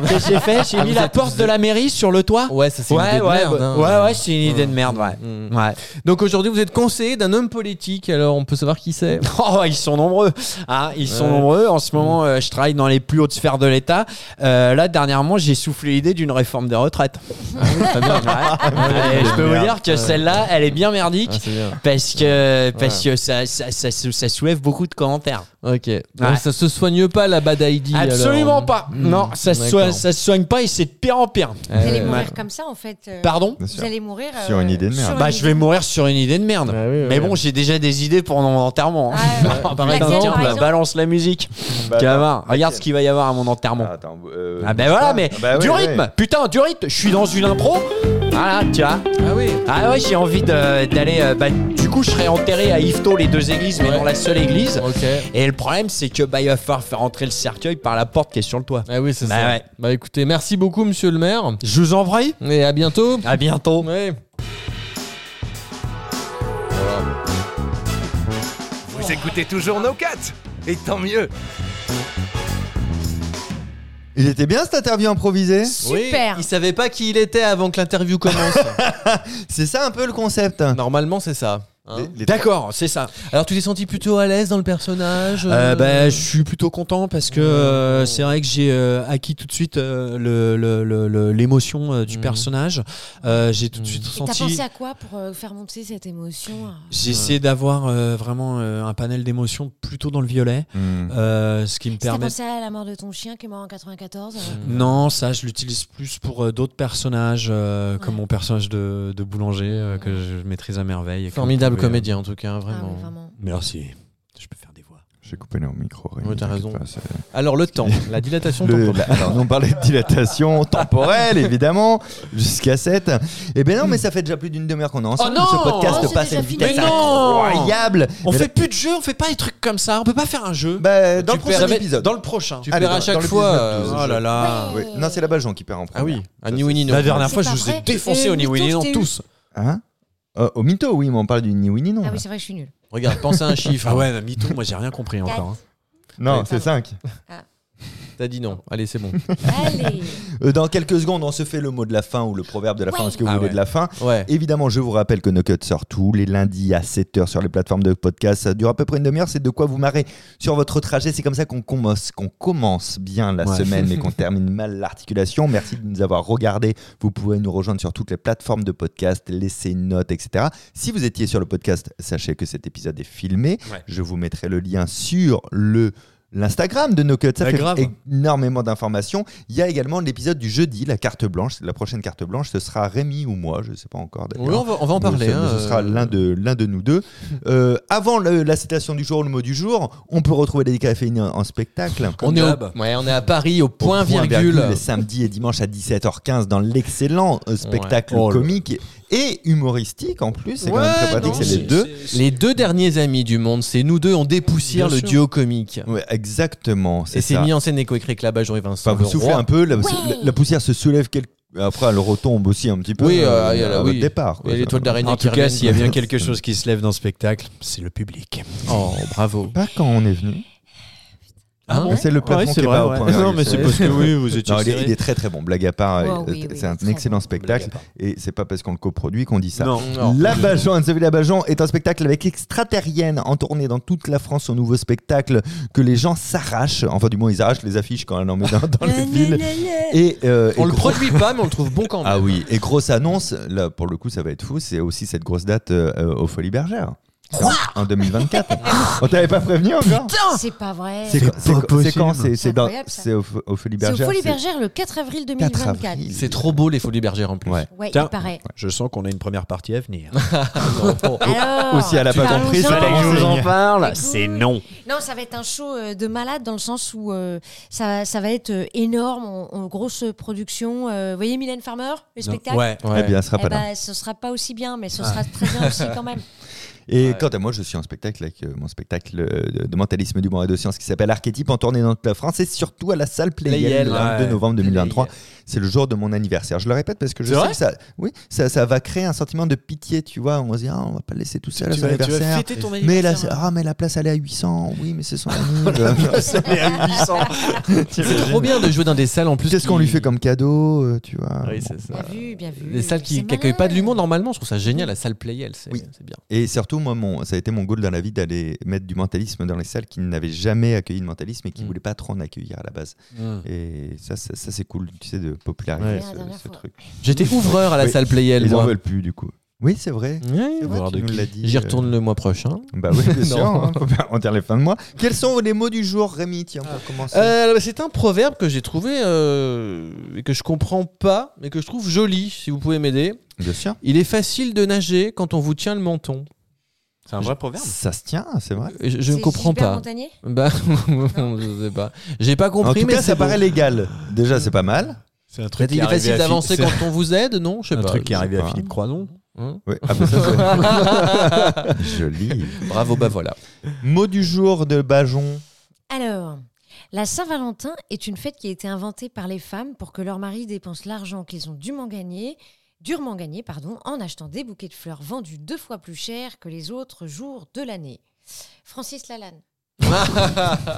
Speaker 5: Qu'est-ce que j'ai fait J'ai
Speaker 4: Ah,
Speaker 5: mis
Speaker 4: vous
Speaker 5: la
Speaker 4: êtes-
Speaker 5: porte
Speaker 4: vous
Speaker 5: de
Speaker 4: êtes-
Speaker 5: la mairie sur le toit.
Speaker 4: Ouais, ça c'est une idée de
Speaker 5: ouais,
Speaker 4: merde,
Speaker 5: bah,
Speaker 4: hein.
Speaker 5: ouais, ouais, c'est une idée de merde, ouais.
Speaker 4: Mm.
Speaker 5: Ouais.
Speaker 4: Donc aujourd'hui, vous êtes conseiller d'un homme politique, alors on peut savoir qui c'est
Speaker 5: Oh, ils sont nombreux. hein, ils sont
Speaker 4: Ouais. Mm.
Speaker 5: nombreux. En ce moment, euh, je travaille dans les plus hautes sphères de l'État. Euh, là, dernièrement, j'ai soufflé l'idée d'une réforme des retraites.
Speaker 4: Ah Très bien.
Speaker 5: Et je peux vous dire que celle-là, elle est bien merdique.
Speaker 4: Ah, c'est bien.
Speaker 5: Parce que, parce que ça, ça, ça, sou- ça soulève beaucoup de commentaires.
Speaker 4: Ok. Donc
Speaker 5: Ouais.
Speaker 4: ça se soigne pas la bad ID. alors.
Speaker 5: Absolument pas.
Speaker 4: Mm.
Speaker 5: Non, ça se, soigne,
Speaker 4: D'accord.
Speaker 5: ça se soigne pas et c'est de pire en pire.
Speaker 4: Eh
Speaker 3: Vous allez
Speaker 4: ouais.
Speaker 3: mourir
Speaker 5: ouais.
Speaker 3: comme ça, en fait. euh,
Speaker 5: Euh, Pardon
Speaker 2: Bien
Speaker 3: Vous
Speaker 2: sûr.
Speaker 3: allez mourir. euh,
Speaker 2: Sur une idée de merde.
Speaker 3: sur une
Speaker 5: Bah, je
Speaker 3: idée
Speaker 5: vais
Speaker 3: de-
Speaker 5: mourir sur une idée de merde.
Speaker 4: Ouais, Bah oui, oui.
Speaker 5: Mais bon, j'ai déjà des idées pour mon enterrement. hein.
Speaker 3: Ah, ouais.
Speaker 5: Par
Speaker 3: Laquelle,
Speaker 5: exemple, euh,
Speaker 3: par exemple
Speaker 5: balance la musique. Cavard, regarde ce qu'il va y avoir à mon enterrement.
Speaker 2: Ah, Bah, attends, euh,
Speaker 5: Ah ben voilà,
Speaker 2: ça.
Speaker 5: mais
Speaker 2: Ah bah
Speaker 5: du
Speaker 2: ouais,
Speaker 5: rythme,
Speaker 2: ouais.
Speaker 5: putain, du rythme. Je suis dans une impro. Voilà, tu vois.
Speaker 4: Ah oui.
Speaker 5: Ah ouais, j'ai envie de- d'aller. euh, bah, du coup, je serais enterré à Yvetot les deux églises, mais
Speaker 4: Ouais.
Speaker 5: dans la seule église.
Speaker 4: Ok.
Speaker 5: Et le problème, c'est que bah, il va falloir faire entrer le cercueil par la porte qui est sur le toit.
Speaker 4: Ah oui, c'est
Speaker 5: Bah
Speaker 4: ça.
Speaker 5: ouais.
Speaker 4: Bah écoutez, merci beaucoup, monsieur le maire.
Speaker 5: Je vous envie.
Speaker 4: Et à bientôt.
Speaker 5: À bientôt.
Speaker 4: Ouais.
Speaker 1: Vous écoutez toujours No Cut Et tant mieux
Speaker 2: Il était bien cette interview improvisée
Speaker 3: Super.
Speaker 4: Oui, il savait pas qui il était avant que l'interview commence.
Speaker 2: C'est ça un peu le concept
Speaker 4: Bah, Normalement, c'est ça. hein.
Speaker 2: Les- les-
Speaker 5: D'accord, c'est ça.
Speaker 4: Alors, tu t'es senti plutôt à l'aise dans le personnage
Speaker 5: Euh,
Speaker 4: euh,
Speaker 5: bah, je suis plutôt content parce que euh, c'est vrai que j'ai euh, acquis tout de suite euh, le- le- le- le- l'émotion euh, du
Speaker 4: Mhm.
Speaker 5: personnage. Euh, j'ai
Speaker 2: Mhm.
Speaker 5: tout de suite
Speaker 3: Et t'as
Speaker 5: ressenti.
Speaker 3: pensé à quoi pour euh, faire monter cette émotion euh
Speaker 5: J'ai essayé d'avoir euh, vraiment euh, un panel d'émotions plutôt dans le violet,
Speaker 2: Hmm.
Speaker 5: euh, ce qui me
Speaker 3: Si T'as
Speaker 5: permet.
Speaker 3: pensé à la mort de ton chien qui est mort en 94 euh,
Speaker 4: Hmm.
Speaker 5: Non, ça, je l'utilise plus pour euh, d'autres personnages, euh, comme mon personnage de, de boulanger euh, que je maîtrise à merveille. et que vous
Speaker 4: Formidable
Speaker 5: pouvez- euh,
Speaker 4: comédien, en tout cas,
Speaker 3: Ah
Speaker 4: vraiment.
Speaker 3: oui, vraiment.
Speaker 5: Merci. Je peux faire des voix.
Speaker 2: J'ai coupé le micro. Rémi,
Speaker 4: Ouais, t'as
Speaker 2: t'inquiète
Speaker 4: raison.
Speaker 2: pas, c'est-
Speaker 4: Alors, le temps, la dilatation
Speaker 2: Le-
Speaker 4: temporelle.
Speaker 2: la- alors, nous, on parlait de dilatation temporelle, évidemment, jusqu'à 7. Eh ben non, mais ça fait déjà plus d'une demi-heure qu'on est ensemble.
Speaker 5: Oh non
Speaker 2: Ce podcast
Speaker 3: Oh, c'est
Speaker 2: passe à
Speaker 3: déjà
Speaker 2: une
Speaker 3: fini.
Speaker 2: vitesse
Speaker 5: Mais non
Speaker 2: incroyable.
Speaker 5: On
Speaker 2: Mais
Speaker 5: fait
Speaker 2: la-
Speaker 5: plus de jeux, on fait pas des trucs comme ça. On peut pas faire un jeu.
Speaker 2: bah, dans
Speaker 5: Tu
Speaker 2: le
Speaker 5: perds-
Speaker 2: prochain épisode.
Speaker 5: Dans le prochain.
Speaker 4: Tu
Speaker 2: Allez,
Speaker 4: perds à
Speaker 2: dans-
Speaker 4: chaque
Speaker 2: dans le
Speaker 4: fois.
Speaker 2: 19,
Speaker 4: euh,
Speaker 2: douze.
Speaker 5: Oh là là.
Speaker 2: Oui. Non, c'est la Baljon qui perd en
Speaker 4: Ah
Speaker 2: premier.
Speaker 4: oui, à ni oui ni non.
Speaker 5: La dernière
Speaker 3: C'est
Speaker 5: fois,
Speaker 3: pas
Speaker 5: je vous ai
Speaker 3: vrai.
Speaker 5: défoncé
Speaker 3: Euh,
Speaker 5: au niveau
Speaker 3: Mythos,
Speaker 5: ni non
Speaker 3: je t'ai eu.
Speaker 5: tous.
Speaker 2: Hein Euh, Au Minto, oui, mais on parle du ni oui ni non.
Speaker 3: Ah
Speaker 2: là.
Speaker 3: oui, c'est vrai, je suis nulle.
Speaker 4: Regarde, pense à un chiffre.
Speaker 5: Ah ouais, MeToo, moi j'ai rien compris
Speaker 3: Quatre.
Speaker 5: encore. hein.
Speaker 2: Non,
Speaker 3: Ouais.
Speaker 2: c'est 5.
Speaker 4: T'as dit non. Allez, c'est bon.
Speaker 3: Allez
Speaker 2: Euh, dans quelques secondes, on se fait le mot de la fin ou le proverbe de la fin,
Speaker 3: Ouais.
Speaker 2: ce que vous
Speaker 5: Ah
Speaker 2: voulez
Speaker 5: ouais.
Speaker 2: de la fin.
Speaker 4: Ouais.
Speaker 2: Évidemment, je vous rappelle que No Cut sort tous les lundis à 7h sur les plateformes de podcast. Ça dure à peu près une demi-heure. C'est de quoi vous marrer sur votre trajet. C'est comme ça qu'on commence, qu'on commence bien la
Speaker 5: Ouais.
Speaker 2: semaine, mais qu'on termine mal l'articulation. Merci de nous avoir regardés. Vous pouvez nous rejoindre sur toutes les plateformes de podcast. Laissez une note, etc. Si vous étiez sur le podcast, sachez que cet épisode est filmé.
Speaker 5: Ouais.
Speaker 2: Je vous mettrai le lien sur le l'Instagram de No Cut. Ça
Speaker 5: Ah,
Speaker 2: fait
Speaker 5: grave.
Speaker 2: énormément d'informations. Il y a également l'épisode du jeudi, la carte blanche. La prochaine carte blanche, ce sera Rémi ou moi, je ne sais pas encore. d'ailleurs.
Speaker 4: Oui, on va, on va en
Speaker 2: Mais
Speaker 4: parler.
Speaker 2: ce-
Speaker 4: hein,
Speaker 2: mais ce sera
Speaker 4: euh,
Speaker 2: l'un de, l'un de nous deux. Euh, avant le- la citation du jour, le mot du jour, on peut retrouver les décaféinés en, en spectacle.
Speaker 4: On est,
Speaker 5: d'hab.
Speaker 4: au- ouais, on est à Paris au point,
Speaker 2: Au
Speaker 4: virgule.
Speaker 2: les samedis et dimanches à 17h15 dans l'excellent euh, spectacle
Speaker 4: Ouais. Oh là.
Speaker 2: comique et humoristique en plus. C'est quand même
Speaker 4: Ouais,
Speaker 2: très pratique,
Speaker 4: non,
Speaker 2: c'est les
Speaker 4: c'est-
Speaker 2: deux.
Speaker 4: Les deux derniers amis du monde, c'est nous deux, on dépoussière
Speaker 5: Bien
Speaker 4: le
Speaker 5: sûr.
Speaker 4: duo comique.
Speaker 2: Ouais, exactement,
Speaker 4: Et
Speaker 2: c'est
Speaker 4: c'est
Speaker 2: ça.
Speaker 4: mis en scène et coécrit avec Labajon et Vincent.
Speaker 2: Enfin, vous soufflez
Speaker 4: Leroy.
Speaker 2: un peu, la,
Speaker 3: Ouais.
Speaker 2: la- la poussière se soulève quelque- Après, elle retombe aussi un petit peu
Speaker 4: Oui,
Speaker 2: euh,
Speaker 4: euh, il y a la-
Speaker 2: à
Speaker 4: oui.
Speaker 2: votre départ. quoi.
Speaker 4: Et l'étoile d'araignée
Speaker 5: En
Speaker 4: qui
Speaker 5: tout cas,
Speaker 4: revient.
Speaker 5: s'il y a bien quelque chose qui se lève dans ce spectacle, c'est le public.
Speaker 4: Oh, bravo.
Speaker 2: Pas quand on est venu.
Speaker 4: Ah bon
Speaker 2: c'est le plafond qui est pas au point.
Speaker 5: Non, mais
Speaker 2: virgule,
Speaker 5: c'est parce que oui, vous étiez.
Speaker 2: Non, il, est,
Speaker 5: serré.
Speaker 2: il est très très bon, blague à part,
Speaker 3: Ouais,
Speaker 2: euh,
Speaker 3: oui, oui,
Speaker 2: c'est un
Speaker 3: très
Speaker 2: excellent
Speaker 3: bon.
Speaker 2: spectacle et c'est pas parce qu'on le coproduit qu'on dit ça.
Speaker 5: Non.
Speaker 4: Non.
Speaker 2: La Bajon, Anne Sophie La Bajon est un spectacle avec extraterrienne en tournée dans toute la France, son nouveau spectacle que les gens s'arrachent, enfin du moins ils arrachent les affiches quand elle en met dans, dans les villes. Et, euh,
Speaker 4: On
Speaker 2: et
Speaker 4: le
Speaker 2: gros-
Speaker 4: produit pas, mais on le trouve bon quand même.
Speaker 2: Ah oui, et grosse annonce, là pour le coup ça va être fou, c'est aussi cette grosse date euh, euh, aux Folies Bergères. en 2024. On t'avait pas prévenu encore
Speaker 3: C'est pas vrai.
Speaker 2: C'est c'est- c'est quand C'est c'est dans-
Speaker 3: Incroyable, ça.
Speaker 2: c'est aux Fo- aux Folies
Speaker 3: C'est au
Speaker 2: Bergères.
Speaker 3: Folie
Speaker 2: c'est-
Speaker 3: Bergère le 4
Speaker 2: 4
Speaker 3: avril 2024.
Speaker 2: avril.
Speaker 4: C'est trop beau, les Folies Bergères en plus.
Speaker 2: Ouais.
Speaker 3: Ouais,
Speaker 5: Tiens.
Speaker 3: il paraît.
Speaker 5: Je sens qu'on a une première partie à venir.
Speaker 3: Alors,
Speaker 2: aussi, elle a pas
Speaker 3: parlons-en.
Speaker 2: compris, ça,
Speaker 5: que
Speaker 2: les
Speaker 5: je vous en
Speaker 2: Enseigne.
Speaker 5: parle,
Speaker 3: Écoute.
Speaker 5: c'est non.
Speaker 3: Non, ça va être un show euh, de malade dans le sens où euh, ça, ça va être euh, énorme, en, en grosse production. Euh, vous voyez Mylène Farmer, le spectacle
Speaker 5: Ouais.
Speaker 2: Eh bien, elle sera
Speaker 3: Eh
Speaker 2: pas là.
Speaker 3: ben, ce sera pas aussi bien, mais ce sera très bien aussi quand même.
Speaker 2: Et quant à moi, je suis en spectacle avec euh, mon spectacle euh, de, de mentalisme, d'humour et de science qui s'appelle Archétype en tournée dans toute la France et surtout à la salle Playel
Speaker 4: Playel,
Speaker 2: le 22
Speaker 5: ouais.
Speaker 2: novembre 2023. c'est le jour de mon anniversaire. Je le répète parce que je
Speaker 5: C'est
Speaker 2: sais
Speaker 5: vrai
Speaker 2: que ça, oui, ça, ça va créer un sentiment de pitié, tu vois. On va se dire, ah, on va pas le laisser tout seul à
Speaker 5: tu
Speaker 2: son
Speaker 5: vas, tu vas
Speaker 2: anniversaire.
Speaker 5: fêter ton
Speaker 2: Mais la,
Speaker 5: anniversaire.
Speaker 2: ah, mais la place elle est à 800, oui, mais c'est son anniversaire.
Speaker 5: Mais à 800.
Speaker 4: C'est trop bien de jouer dans des salles en plus.
Speaker 2: Qu'est-ce qu'on
Speaker 4: qui-
Speaker 2: lui fait comme cadeau, euh, tu vois
Speaker 4: Oui,
Speaker 2: bon.
Speaker 4: c'est ça.
Speaker 3: Bien vu, bien vu.
Speaker 4: Les salles qui
Speaker 3: C'est
Speaker 4: n'accueillent pas
Speaker 3: malin.
Speaker 4: de l'humour normalement, je trouve ça génial. La salle Playel, c'est
Speaker 2: Oui.
Speaker 4: c'est bien.
Speaker 2: Et surtout, moi, mon, ça a été mon goal dans la vie d'aller mettre du mentalisme dans les salles qui n'avaient jamais accueilli de mentalisme et qui
Speaker 4: Mm.
Speaker 2: ne voulaient pas trop en accueillir à la base. Et ça, ça, ça, c'est cool, tu sais, de populariser
Speaker 4: Ouais.
Speaker 3: La dernière
Speaker 2: ce, ce
Speaker 3: fois.
Speaker 2: truc.
Speaker 4: J'étais ouvreur à la
Speaker 2: Oui.
Speaker 4: salle Playel,
Speaker 2: Ils en
Speaker 4: moi.
Speaker 2: veulent plus, du coup. Oui, c'est vrai.
Speaker 4: Ouais.
Speaker 2: C'est vrai,
Speaker 5: Voir
Speaker 2: tu
Speaker 5: de
Speaker 2: nous
Speaker 5: qui.
Speaker 2: l'as dit,
Speaker 4: J'y
Speaker 2: euh,
Speaker 4: retourne le mois prochain.
Speaker 2: Bah oui, bien sûr,
Speaker 4: Non.
Speaker 2: hein, faut bien- on tire les fins de mois. Quels sont les mots du jour, Rémi Tiens, pour commencer.
Speaker 4: Euh, bah, c'est un proverbe que j'ai trouvé euh, et que je comprends pas, mais que je trouve joli, si vous pouvez m'aider.
Speaker 2: Bien sûr.
Speaker 4: Il est facile de nager quand on vous tient le menton.
Speaker 5: C'est un vrai proverbe.
Speaker 2: Ça se tient, c'est vrai.
Speaker 4: Je, je ne
Speaker 3: C'est
Speaker 4: comprends
Speaker 3: Gilbert
Speaker 4: pas.
Speaker 3: Montagnier
Speaker 4: Bah, je sais pas. J'ai pas
Speaker 2: En
Speaker 4: compris,
Speaker 2: tout
Speaker 4: mais
Speaker 2: cas,
Speaker 4: c'est
Speaker 2: ça
Speaker 4: beau.
Speaker 2: paraît légal. Déjà, c'est pas mal.
Speaker 5: C'est un
Speaker 4: T'as dit, Il est
Speaker 5: arrivé à
Speaker 4: facile
Speaker 5: Phil-
Speaker 4: d'avancer
Speaker 5: c'est
Speaker 4: quand on vous aide, non Je sais
Speaker 5: Un
Speaker 4: pas.
Speaker 5: truc qui est arrivé
Speaker 2: sais
Speaker 5: à
Speaker 2: pas.
Speaker 5: Philippe Croison.
Speaker 4: Hein
Speaker 2: Ouais. Ah, mais ça, c'est joli.
Speaker 4: Bravo, bah voilà.
Speaker 2: Mot du jour de Bajon.
Speaker 3: Alors, la Saint-Valentin est une fête qui a été inventée par les femmes pour que leurs maris dépensent l'argent qu'ils ont dûment gagné, durement gagné pardon, en achetant des bouquets de fleurs vendus deux fois plus cher que les autres jours de l'année. Francis Lalanne.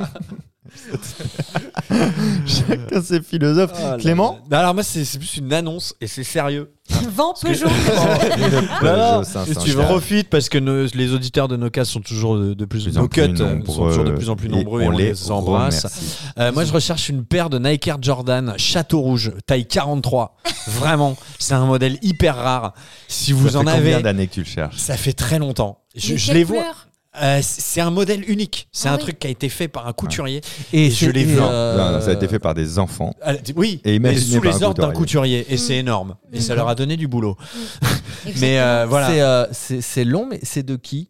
Speaker 2: Chacun ses philosophes.
Speaker 5: Ah
Speaker 2: Clément
Speaker 5: Non, Bah Alors moi c'est c'est plus une annonce et c'est sérieux. Bah,
Speaker 3: Vent Peugeot.
Speaker 5: Non, non,
Speaker 2: Peugeot
Speaker 5: tu
Speaker 2: 504.
Speaker 5: profites parce que nos- les auditeurs de nos cas sont toujours de, de plus,
Speaker 2: Plus
Speaker 5: nos
Speaker 2: en plus
Speaker 5: cuts, euh, sont
Speaker 2: nombreux,
Speaker 5: toujours de plus en plus
Speaker 2: et
Speaker 5: nombreux et on, les, embrasse.
Speaker 2: remercie.
Speaker 5: Euh, moi je recherche une paire de Nike Air Jordan Château Rouge taille 43. Vraiment, c'est un modèle hyper rare. Si vous
Speaker 2: Ça
Speaker 5: en
Speaker 2: fait combien
Speaker 5: avez,
Speaker 2: d'années que tu le cherches
Speaker 5: ça fait très longtemps. Je,
Speaker 3: Mais
Speaker 5: je
Speaker 3: quelle
Speaker 5: les vois.
Speaker 3: fleur
Speaker 5: Euh, c'est c'est un modèle unique. C'est
Speaker 3: Ah
Speaker 5: un
Speaker 3: oui.
Speaker 5: truc qui a été fait par un couturier.
Speaker 4: Et
Speaker 5: je
Speaker 4: c'est-
Speaker 5: l'ai
Speaker 4: et,
Speaker 5: vu.
Speaker 4: euh,
Speaker 2: Non, non, Ça a été fait par des enfants.
Speaker 5: Ah, Oui,
Speaker 2: Et
Speaker 5: mais
Speaker 2: imaginé
Speaker 5: sous
Speaker 2: par
Speaker 5: les
Speaker 2: un
Speaker 5: ordres d'un couturier. Et
Speaker 3: Mm.
Speaker 5: c'est énorme. Et ça
Speaker 3: Mm.
Speaker 5: leur a donné du boulot. Mais
Speaker 3: Exactement.
Speaker 5: euh, voilà.
Speaker 4: C'est, euh, C'est c'est long, mais c'est de qui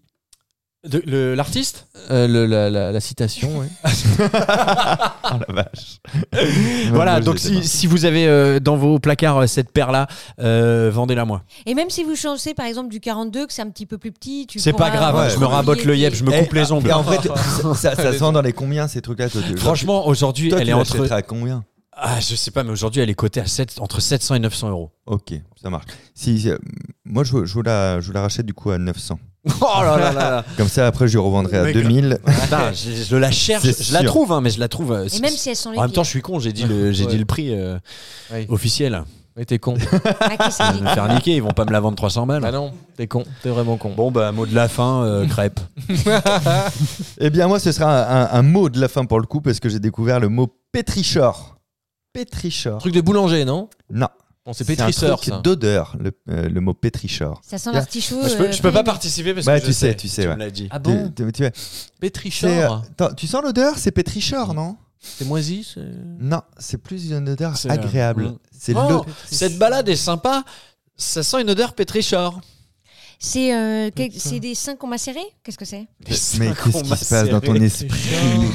Speaker 5: De- le- L'artiste
Speaker 4: Euh, le- la, la- la citation, ouais.
Speaker 2: Oh la vache.
Speaker 5: Ah Voilà,
Speaker 2: Moi, je
Speaker 5: donc
Speaker 2: sais
Speaker 5: si,
Speaker 2: pas.
Speaker 5: si vous avez euh, dans vos placards euh, cette paire-là, euh, vendez-la moi.
Speaker 3: Et même si vous changez par exemple du 42, que c'est un petit peu plus petit, tu
Speaker 5: C'est pas
Speaker 3: pourras
Speaker 5: grave,
Speaker 2: ouais,
Speaker 5: je me rabote le yep, je me
Speaker 2: Eh,
Speaker 5: coupe les ongles.
Speaker 2: Et en vrai, tu- ça, ça- ça se vend dans les combien ces trucs-là toi, tu-
Speaker 5: Franchement, aujourd'hui,
Speaker 2: toi, tu
Speaker 5: elle est entre.
Speaker 2: l'achèterais à combien
Speaker 5: Ah, je sais pas, mais aujourd'hui, elle est cotée à sept- entre 700 et 900 euros.
Speaker 2: Ok, ça marche. Si, euh, moi, je, je vous la, je vous la rachète du coup à 900.
Speaker 5: Oh là là là
Speaker 2: Comme ça, après, je revendrai à
Speaker 5: Mec,
Speaker 2: 2000.
Speaker 5: Putain, je, je la cherche,
Speaker 2: C'est
Speaker 5: je la
Speaker 2: sûr.
Speaker 5: trouve, hein, mais je la trouve. euh,
Speaker 3: Et
Speaker 5: c'est-
Speaker 3: même si elles sont les
Speaker 5: en même temps,
Speaker 3: pires.
Speaker 5: je suis con, j'ai dit le, j'ai
Speaker 4: Ouais.
Speaker 5: dit le prix euh,
Speaker 4: Oui.
Speaker 5: officiel.
Speaker 4: Mais t'es con.
Speaker 3: Ah, qu'est-ce que
Speaker 5: Ils vont
Speaker 3: c'est
Speaker 5: me faire niquer, ils vont pas me la vendre 300 balles.
Speaker 4: bah non, t'es con. T'es vraiment con.
Speaker 5: Bon, bah, mot de la fin, euh, crêpe.
Speaker 2: Eh bien, moi, ce sera un, un- un mot de la fin pour le coup, parce que j'ai découvert le mot pétrichor. Pétrichor.
Speaker 4: Truc de boulanger, non
Speaker 2: Non,
Speaker 4: Bon, c'est
Speaker 2: c'est un
Speaker 4: pétrisseur,
Speaker 2: truc
Speaker 4: ça. d'odeur.
Speaker 2: d'odeur, le, euh, le mot pétrichor.
Speaker 3: Ça sent l'artichaut.
Speaker 5: je, peux,
Speaker 3: euh,
Speaker 5: je peux pas
Speaker 3: Fred.
Speaker 5: participer parce
Speaker 2: Bah,
Speaker 5: que
Speaker 2: tu
Speaker 5: je
Speaker 2: sais,
Speaker 5: sais,
Speaker 2: tu sais,
Speaker 5: Tu
Speaker 2: ouais.
Speaker 5: me l'as dit.
Speaker 4: Ah bon
Speaker 2: Tu- tu- tu- c'est, euh,
Speaker 4: Pétrichor Mm.
Speaker 2: attends, tu sens l'odeur C'est pétrichor, non
Speaker 4: C'est moisi c'est-
Speaker 2: Non, c'est plus une odeur
Speaker 5: C'est, euh,
Speaker 2: agréable.
Speaker 5: mm.
Speaker 2: C'est
Speaker 5: Oh,
Speaker 2: le-
Speaker 5: cette balade est sympa. Ça sent une odeur pétrichor.
Speaker 3: C'est euh, que- c'est des seins qu'on m'a serrés Qu'est-ce que c'est
Speaker 2: Mais qu'est-ce qui se passe dans ton esprit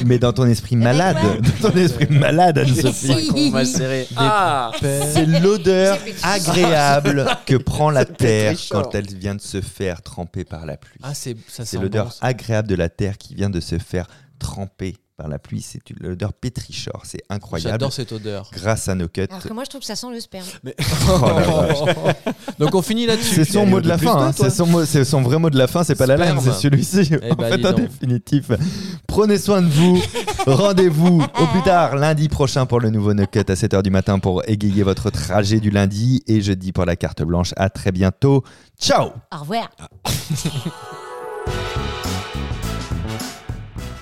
Speaker 2: Mais dans ton esprit malade,
Speaker 3: ouais.
Speaker 2: dans ton esprit malade, Anne-Sophie.
Speaker 3: Si.
Speaker 5: On m'a serré. Ah
Speaker 2: C'est l'odeur
Speaker 3: C'est pétrichor.
Speaker 2: agréable que prend la terre
Speaker 5: pétrichor.
Speaker 2: quand elle vient de se faire tremper par la pluie.
Speaker 4: Ah, c'est ça
Speaker 2: C'est
Speaker 4: sent
Speaker 2: l'odeur
Speaker 4: bon, ça.
Speaker 2: agréable de la terre qui vient de se faire tremper par la pluie. C'est une- l'odeur pétrichor. C'est incroyable.
Speaker 4: J'adore cette odeur.
Speaker 2: Grâce à nos cuts.
Speaker 3: Alors que moi, je trouve que ça sent le sperme.
Speaker 2: Oh la vache.
Speaker 4: Donc on finit là-dessus.
Speaker 2: C'est son mot de la fin. hein. C'est son, mot- c'est son vrai mot de la fin. C'est pas la
Speaker 4: Sperme.
Speaker 2: lame, c'est celui-ci.
Speaker 4: Eh
Speaker 2: en
Speaker 4: ben, dis
Speaker 2: fait, en
Speaker 4: donc.
Speaker 2: définitif, prenez soin de vous. Rendez-vous au plus tard lundi prochain pour le nouveau No Cut à 7h du matin pour égayer votre trajet du lundi et jeudi pour la carte blanche. À très bientôt. Ciao
Speaker 3: Au revoir.